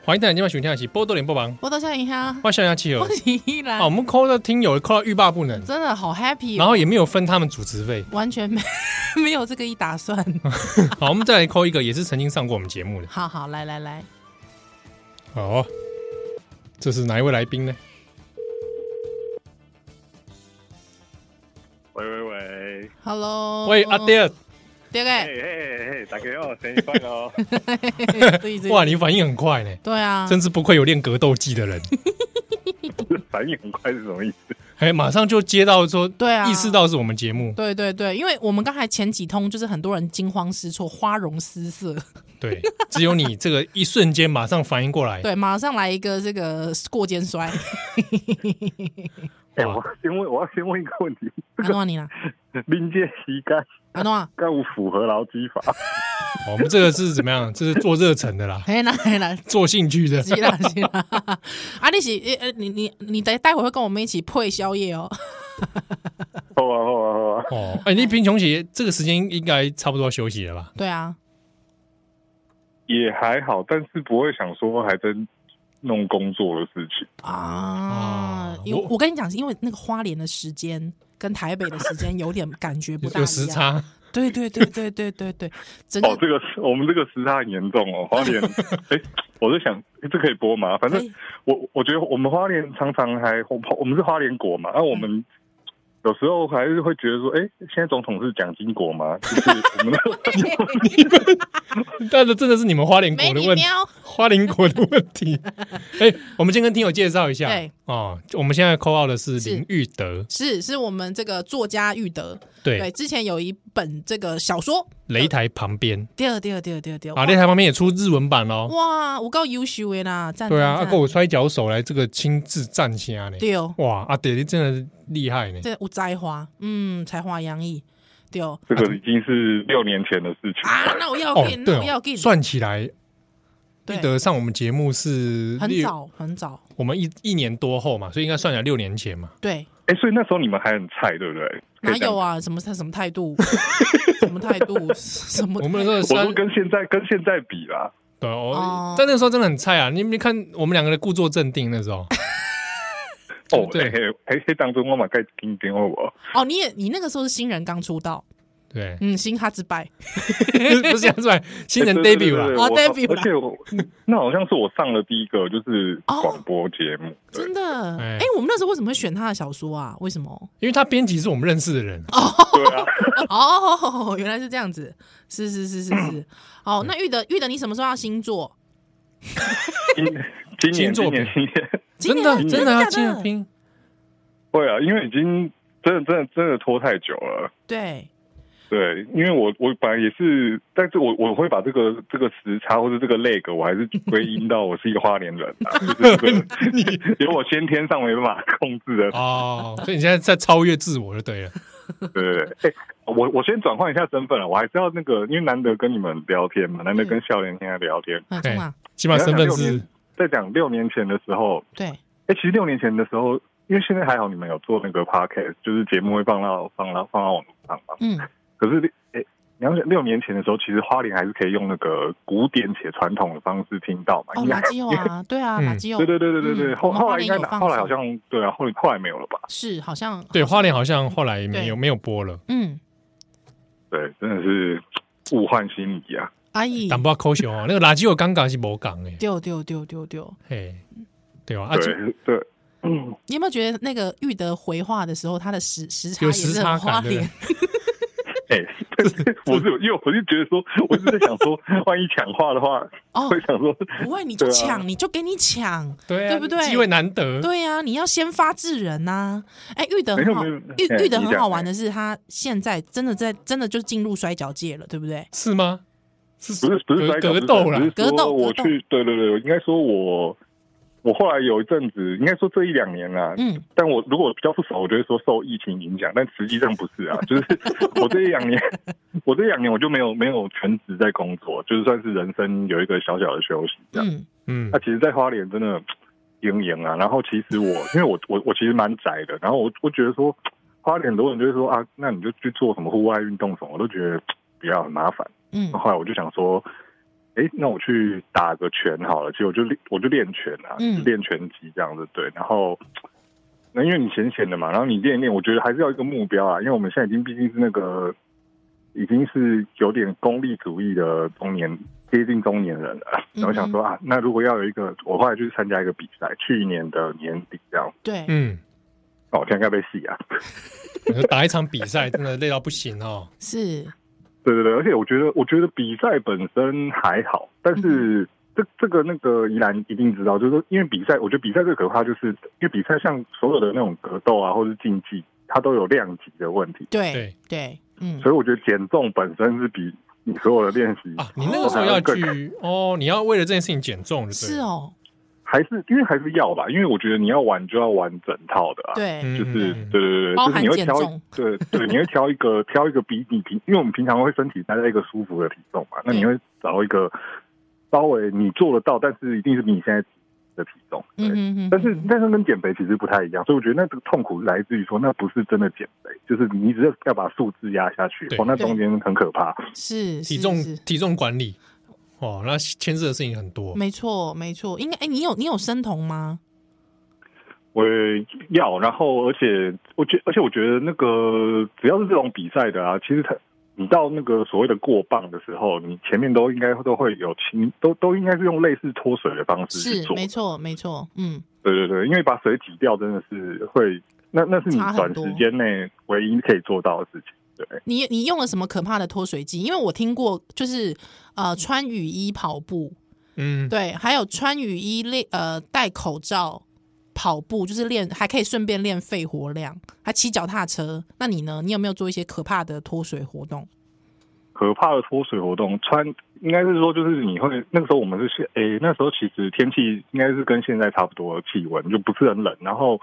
B: 欢迎大家今晚收听的是《波多连播榜》，
C: 我到笑一下，
B: 欢迎笑下企鹅
C: 恭。喜依兰
B: 啊，我，们扣的听友扣到欲罢不能，
C: 真的好 happy，
B: 然
C: 哦
B: 后也没有分他们主持费。 (laughs)
C: 完全没 (laughs) 没有这个一打算。
B: 好，我们再来扣一个，也是曾经上过我们节
C: (laughs)
B: 目的。
C: 好好，来来来，
B: 哦，这是哪一位来宾呢？
I: 喂喂喂，
C: Hello，
B: 喂，阿，爹，
C: 爹
I: 嘿
C: 盖，
I: 嘿嘿，大家好，生哦日快
C: (laughs)
I: 乐！
C: 对
B: 哇，，你反应很快呢，
C: 对啊，
B: 真是不愧有练格斗技的人，
I: (laughs) 反应很快是什么意思？
B: 哎，马上就接到说，
C: 对啊
B: 意识到是我们节目，
C: 对对对，因为我们刚才前几通就是很多人惊慌失措、花容失色，
B: 对，只有你这个一瞬间马上反应过来，
C: 对，马上来一个这个过肩
B: (laughs)
C: 摔，
I: 哎、我要先问，我要先问一个问题：
C: 阿诺你啦，
I: 临界时间
C: 阿诺啊，
I: 该不符合劳基法？
B: 哦我们这个是怎么样？这是做热忱的
C: (laughs)
B: 啦，
C: 嘿啦嘿啦，
B: 做兴趣的，
C: 是啦是啦，啊你是诶诶你你你待待会会跟我们一起配宵夜哦，
I: 好啊好啊好啊！
B: 哦，哎，你贫穷姐这个时间应该差不多要休息了吧？
C: 对啊，
I: 也还好，但是不会想说还真弄工作的事情。
C: 啊
B: 啊，
C: 因为
B: 我
C: 我跟你讲，是因为那个花莲的时间跟台北的时间有点感觉不
B: 有
C: 大
B: 有
C: 一
B: 时
C: 样，
B: 差，
C: 对对对对对对
B: (laughs)
C: 对，整个
I: 哦，这个时我们这个时差很严
C: (laughs)
I: 重哦，花莲。哎，我在想，诶这可以播吗？反
C: 可
I: 正
C: 以
I: 我我觉得我们花莲常常还我我们是花莲国嘛，那、啊我
C: 嗯
I: 们有时候还是会觉得说，哎，现在总统是蒋经国嘛，
C: (laughs)
I: 就是我们的
B: 但是真的是你们花莲
C: 没
B: 国的
C: 你
B: 问题，
C: 喵，
B: 花莲国的问题。哎，我们先跟听友介绍一下
C: (laughs) 对
B: 哦，我们现在扣号的是
C: 是
B: 林玉德，
C: 是是我们这个作家玉德，对，
B: 对，
C: 之前有一本这个小说，
B: 擂台旁边
C: 第二第二第二第二第二，
B: 啊，擂台旁边也出日文版哦。
C: 哇，我够优秀的啦，赞
B: 对啊，阿
C: 赞
B: 够
C: 赞
B: 我摔跤手来这个亲自站起来呢。
C: 对哦，
B: 哇，阿爹你真的是厉害呢。
C: 这有才华，嗯，才华洋溢，对哦，
I: 这个已经是六年前的事情。
C: 啊，那我要
B: 哦
C: 给，，
B: 对
C: 那我要
B: 哦
C: 给，，
B: 算起来，
C: 对
B: 玉德上我们节目是
C: 很
B: 六，
C: 早很早，
B: 我们一一年多后嘛，所以应该算起来六年前嘛。
C: 对，
I: 哎，所以那时候你们还很菜，对不对？可
C: 哪
I: 以这样
C: 有啊？什么什么态度？ (laughs) 什么态度？什么态度？
B: 我们那时候
I: 我
B: 三
I: 说跟现在跟现在比啦，
B: 对
C: 哦
B: 哦，但那个时候真的很菜啊！你没看我们两个的故作镇定那时候，
I: 哦，
B: 对
I: 嘿嘿嘿嘿，当中我嘛该听电话我，
C: 哦，你也你那个时候是新人刚出道，
B: 对，
C: 嗯，新哈之拜，
B: (laughs) 不是讲出来新人
I: 哎
B: debut 啊，
C: 哦
I: 对对对对我
C: ，debut 啦
I: 而且我那好像是我上的第一个就是
B: 哦
I: 广播节目，对
C: 真的。
B: (laughs) 哎
C: 哎，我们那时候为什么会选他的小说啊？为什么？
B: 因为他编辑是我们认识的人，
I: 对啊，
C: (laughs) 哦，原来是这样子，是是是是是。哦，那玉德玉德，你什么时候要星座？
I: 今今
B: 新
I: 年
B: 作
I: 今
B: 品
I: 年今年
B: (laughs)
C: 今
B: 啊真
I: 嗯
C: 年
B: 的真的要
C: 假
B: 经常听。
I: 会啊，因为已经真的真的真的拖太久了。
C: 对，
I: 对，因为我我本来也是，但是我我会把这个这个时差或者这个 leg，我还是归因到我是一个花莲人、啊，就是
B: (laughs)
I: 这个 (laughs) 有我先天上没办法控制的
B: 哦，所以你现在在超越自我就对了。
I: 对对对，哎、我我先转换一下身份了，我还是要那个，因为难得跟你们聊天嘛，难得跟笑脸现在聊天。
C: 嗯，中嗯啊，
B: 起码身份是
I: 在讲六年前的时候，
C: 对，
I: 哎、其实六年前的时候，因为现在还好你们有做那个 podcast，就是节目会放到放到放到网络上嘛。
C: 嗯，
I: 可是，哎、你要想六年前的时候，其实花莲还是可以用那个古典且传统的方式听到嘛，
C: 哦，
I: 应
C: 马
I: 该。
C: 基友
B: (laughs)
C: 啊，对啊，
B: 嗯
C: 马基友，
I: 对对对对对对，
C: 嗯
I: 后
C: 我们
I: 后
C: 花
I: 来
C: 莲
I: 应该
C: 有放
I: 后来好
C: 送
I: 像对啊，后来后来没有了吧？
C: 是好像
B: 对花莲好像后来没
C: 对
B: 有没有播了，
C: 嗯，
I: 对，真的是物换星移啊。
C: 阿姨，
B: 但不要抠熊哦，那个垃圾我刚刚是没讲哎，
C: 丢丢丢丢丢，
B: 嘿，对吧？啊，就
I: 对对，
C: 你有没有觉得那个玉德回话的时候，他的时时差
B: 有
C: 也
B: 时
C: 是
B: 差
C: 很花
B: 感，对不
C: 脸 (laughs)
B: 对？？
I: (laughs) 哎、
B: (laughs)
I: 我是有，因为我就觉得说，我一直在想说，万一抢话的话，
C: 哦
I: 会想说，(laughs)
C: 不会，你就
I: 对啊
C: 抢，你就给你抢，
B: 对啊，
C: 对不对
B: 机会难 (laughs) 得，
C: 对呀、你要先发制人呐、哎，玉德
I: 没
C: 很
I: 有
C: 好，
I: 没有
C: 玉
I: 哎
C: 玉德
I: 你
C: 很
I: 讲
C: 好玩的是，他现在真的在真的就进入摔跤界了，对不对？
B: 是吗？是
I: 不是不是摔跤
B: 格斗啦
I: 只是
C: 格斗
I: 说我
C: 格斗
I: 去，对对对，我应该说我，我后来有一阵子，应该说这一两年啦、
C: 嗯，
I: 但我如果比较不熟，我就会说受疫情影响，但实际上不是啊，就是
C: (laughs)
I: 我这一两年，我这一两年我就没有没有全职在工作，就是算是人生有一个小小的休息这样。
C: 嗯，
B: 嗯
I: 那、，其实，在花莲真的赢赢啊。然后其实我，因为我我我其实蛮宅的，然后我我觉得说，花莲很多人就会说啊，那你就去做什么户外运动什么，我都觉得比较很麻烦。
C: 嗯，
I: 后来我就想说，哎、那我去打个拳好了。其实我就练我就练拳啊，
C: 嗯
I: 就练拳击这样子对。然后，那因为你闲闲的嘛，然后你练一练，我觉得还是要一个目标啊。因为我们现在已经毕竟是那个，已经是有点功利主义的中年，接近中年人了。
C: 嗯
I: 然后想说啊，那如果要有一个，我后来去参加一个比赛，去年的年底这样。
C: 对，
B: 嗯，
I: 哦，现在该被戏啊！ (laughs)
B: 我说打一场比赛真的累到不行哦。
C: 是，
I: 对对对，而且我觉得，我觉得比赛本身还好，但
C: 嗯
I: 是这这个那个宜兰一定知道，就是说，因为比赛，我觉得比赛最可怕，就是因为比赛像所有的那种格斗啊，或是竞技，它都有量级的问题，
C: 对
B: 对，
C: 对，嗯，
I: 所以我觉得减重本身是比你所有的练习
B: 啊，你那个时候要去哦，你要为了这件事情减重，
C: 是，哦，
I: 还是因为还是要吧，因为我觉得你要玩就要玩整套的啊，
C: 对，
B: 嗯
I: 就是
B: 嗯
I: 对对对，
C: 包
I: 就是
C: 含
I: 你会
C: 减
I: 挑
C: 重
I: 一对对，你会挑一个 (laughs) 挑一个比你平，因为我们平常会身体待在一个舒服的体重嘛，那你
C: 对
I: 会找一个稍微你做得到，但是一定是比你现在的体重。对，
C: 嗯哼哼，
I: 但是
C: 嗯
I: 但是跟减肥其实不太一样，所以我觉得那这个痛苦来自于说那不是真的减肥，就是你只是要把数字压下去
B: 对，
I: 哦，那中间很可怕。
C: 是
B: 体
C: 是
B: 重
C: 是
B: 体重管理，哦，那牵涉的事情很多。
C: 没错没错，应该哎，你有你有生酮吗？
I: 我要，然后而且我觉而且我觉得那个只要是这种比赛的啊，其实它你到那个所谓的过磅的时候，你前面都应该都会有清，都都应该是用类似脱水的方式去
C: 是
I: 做。
C: 没错没错，嗯，
I: 对对对，因为把水挤掉真的是会，那那是你
C: 差很
I: 短
C: 多
I: 时间内唯一可以做到的事情。对，
C: 你你用了什么可怕的脱水剂？因为我听过，就是呃穿雨衣跑步，
B: 嗯，
C: 对，还有穿雨衣练呃戴口罩跑步，就是练还可以顺便练肺活量，还骑脚踏车。那你呢？你有没有做一些可怕的脱水活动？
I: 可怕的脱水活动，穿应该是说就是你会那个时候我们是是诶、那时候其实天气应该是跟现在差不多，气温就不是很冷。然后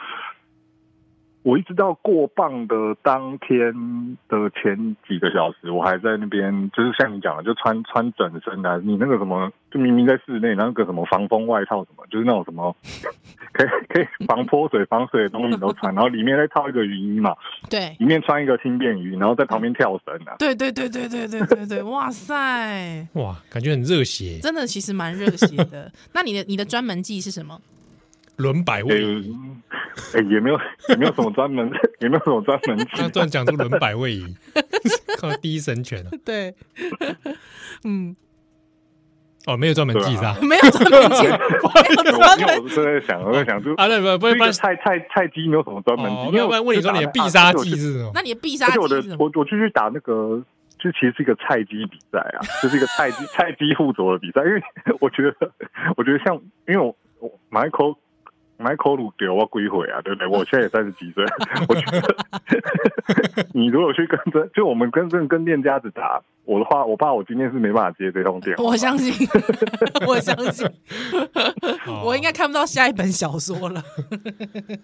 I: 我一直到过磅的当天的前几个小时，我还在那边就是像你讲的，就穿穿整身的、啊，你那个什么就明明在室内，那个什么防风外套什么，就是那种什么 (laughs) 可以可以防泼水防水的东西都穿，然后里面再套一个雨衣嘛，
C: 对，
I: 里面穿一个轻便雨，然后在旁边跳绳啊。
C: 对对对对对对对对，哇塞，
B: 哇，感觉很热血，
C: 真的其实蛮热血的。那你的你的专门技是什么？
B: 轮百
I: 诶、
B: 位，
I: 嗯诶也没有，也没有什么专门，也没有什么专门技
B: 他突然讲出轮百位移， (laughs) 靠第一神拳啊！
C: (laughs) 对，嗯，
B: 哦，没有专门
I: 啊
B: 技是吧？
C: (laughs) 没有专门
I: (laughs)
C: 技，没有专
I: 因为我
C: 门
I: 是在想，我在想，就
B: 啊，那不不
I: 这
B: 不然
I: 个菜菜菜鸡没有什么专门技，
B: 哦，不
I: 因为
B: 然不然问你说你的必杀技是什么？
C: 那你的必杀
I: 而且
C: 技
I: 我
C: 是
I: 的
C: 什么？
I: 我我就去打那个，就其实是一个菜鸡比赛啊，就是一个菜鸡
C: (laughs)
I: 菜鸡互啄的比赛，因为 (laughs) 我觉得我觉得像，因为我我 Michael。Michael 鲁丢我归回啊，对不对？我现在也三十几岁，我觉得
C: (laughs)
I: 你如果去跟这，就我们跟这跟店家子打，我的话，我怕我今天是没办法接这通电话。
C: 我相信， (laughs) 我相信，
B: 哦
C: 我应该看不到下一本小
I: (laughs)
C: 说了。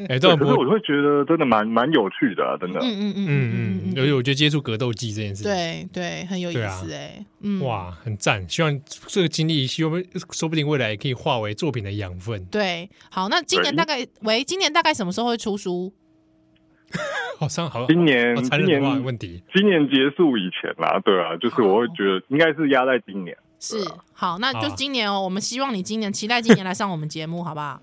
B: 哎，这
I: 对，
B: 种
I: 可
B: 不
I: 是我会觉得真的蛮蛮有趣的啊、真的。
C: 嗯嗯
B: 嗯嗯，尤其我觉得接触格斗技这件事，，
C: 对对，很有意
B: 对啊
C: 思哎、嗯，，
B: 哇，很赞！希望这个经历，希望说不定未来也可以化为作品的养分。
C: 对，好，那今年大概喂，今年大概什么时候会出书？
B: 好像好，
I: 今年
B: 哦好残
I: 今
B: 忍的话
I: 年
B: 问题，
I: 今年结束以前啦、对啊，就是我会觉得应该是压在今年。
C: 是，好，那就
B: 好啊
C: 今年哦、我们希望你今年，期待今年来上我们节目，好不 (laughs) 好？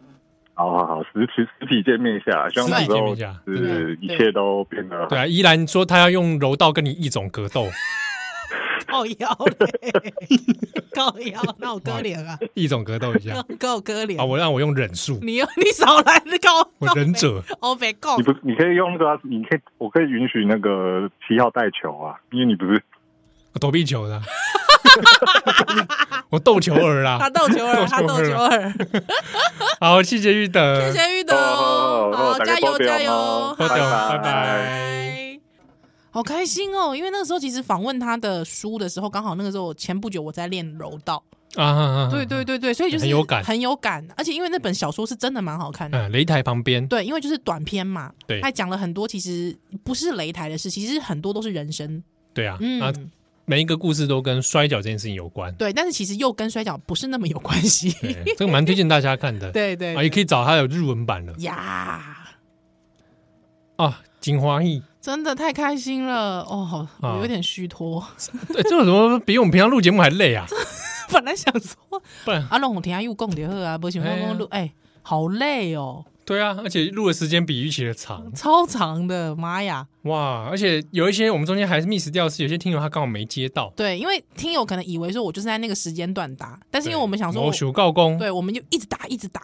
I: 好好好，实体实体见面一下，希望
B: 实体
I: 到时
B: 见面
I: 候
B: 一下
I: 是一
C: 对
I: 切都变得
B: 对啊，依然说他要用柔道跟你一种格斗，
C: 靠 (laughs) 腰嘞，靠腰，哎那我割脸啊，
B: (laughs) 一种格斗
C: (laughs)
B: 一下
C: 跟我割脸嗯
B: 啊，。我让我用忍术，
C: 你 (laughs) 你少来，你搞
B: 我忍，者
C: 我哦别告
I: 你不你可以用那个啊、你可以我可以允许那个七号带球啊，因为你不是
B: 我躲避球
C: (laughs)
B: 的啊，我斗球儿
C: 他
B: 啦。
C: 斗
B: (laughs)
C: 球儿，他斗球儿，
B: 好，谢谢玉德，
C: 谢谢玉德哦，
I: 哦
C: 好，
I: 大
C: 加
I: 家
C: 油
I: 保重
C: 加
I: 哦
C: 油，
B: 保重
I: 拜
B: 拜拜
C: 拜。好开心哦，因为那个时候其实访问他的书的时候，刚好那个时候前不久我在练柔道，
B: 啊啊，啊
C: 对对，对对，所以就是
B: 很有感
C: 很有感，而且因为那本小说是真的蛮好看的。
B: 嗯，擂台旁边，
C: 对，因为就是短篇嘛，
B: 对
C: 他讲了很多其实不是擂台的事，其实很多都是人生，
B: 对啊，
C: 嗯，
B: 啊，每一个故事都跟摔跤这件事情有关，
C: 对，但是其实又跟摔跤不是那么有关系，
B: 对，这
C: (laughs)
B: 个蛮推荐大家看的，
C: 对对
B: 啊，也可以找他有日文版的
C: 呀，
B: 啊，金花艺，
C: 真的太开心了哦，好，
B: 啊
C: 我有点虚脱， (laughs)
B: 对，哎这有什么比我们平常录节目还累啊？
C: 本来想说
B: 不然，
C: 啊，让我听下又供点喝啊，不行，我
B: 哎呀
C: 讲录，哎，好累哦，
B: 对啊，而且录的时间比预期的长
C: 超长的，妈呀！
B: 哇！而且有一些我们中间还是 miss 掉，是有些听友他刚好没接到，
C: 对，因为听友可能以为说我就是在那个时间段打，但是因为我们想说我
B: 我，求告功，
C: 对，我们就一直打，一直打，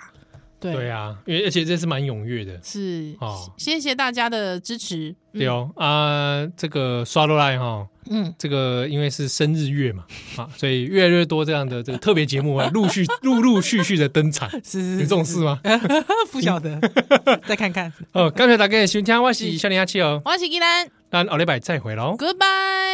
C: 对，
B: 对啊，因为而且这是蛮踊跃的，
C: 是，
B: 哦
C: 谢谢大家的支持。嗯
B: 对哦啊，这个刷落来哈，
C: 嗯， (laughs)
B: 这个因为是生日月嘛啊，所以越来越多这样的这个特别节
C: (laughs)
B: 目啊，陆续陆陆续续的登场，
C: 是是
B: 有
C: 是 (laughs)
B: 这种事吗？
C: 不晓得，再看看。
B: 哦，刚才大家的收听，我是少年阿七哦，
C: 我是依兰
B: 那奥利百再会喽。
C: ，Goodbye。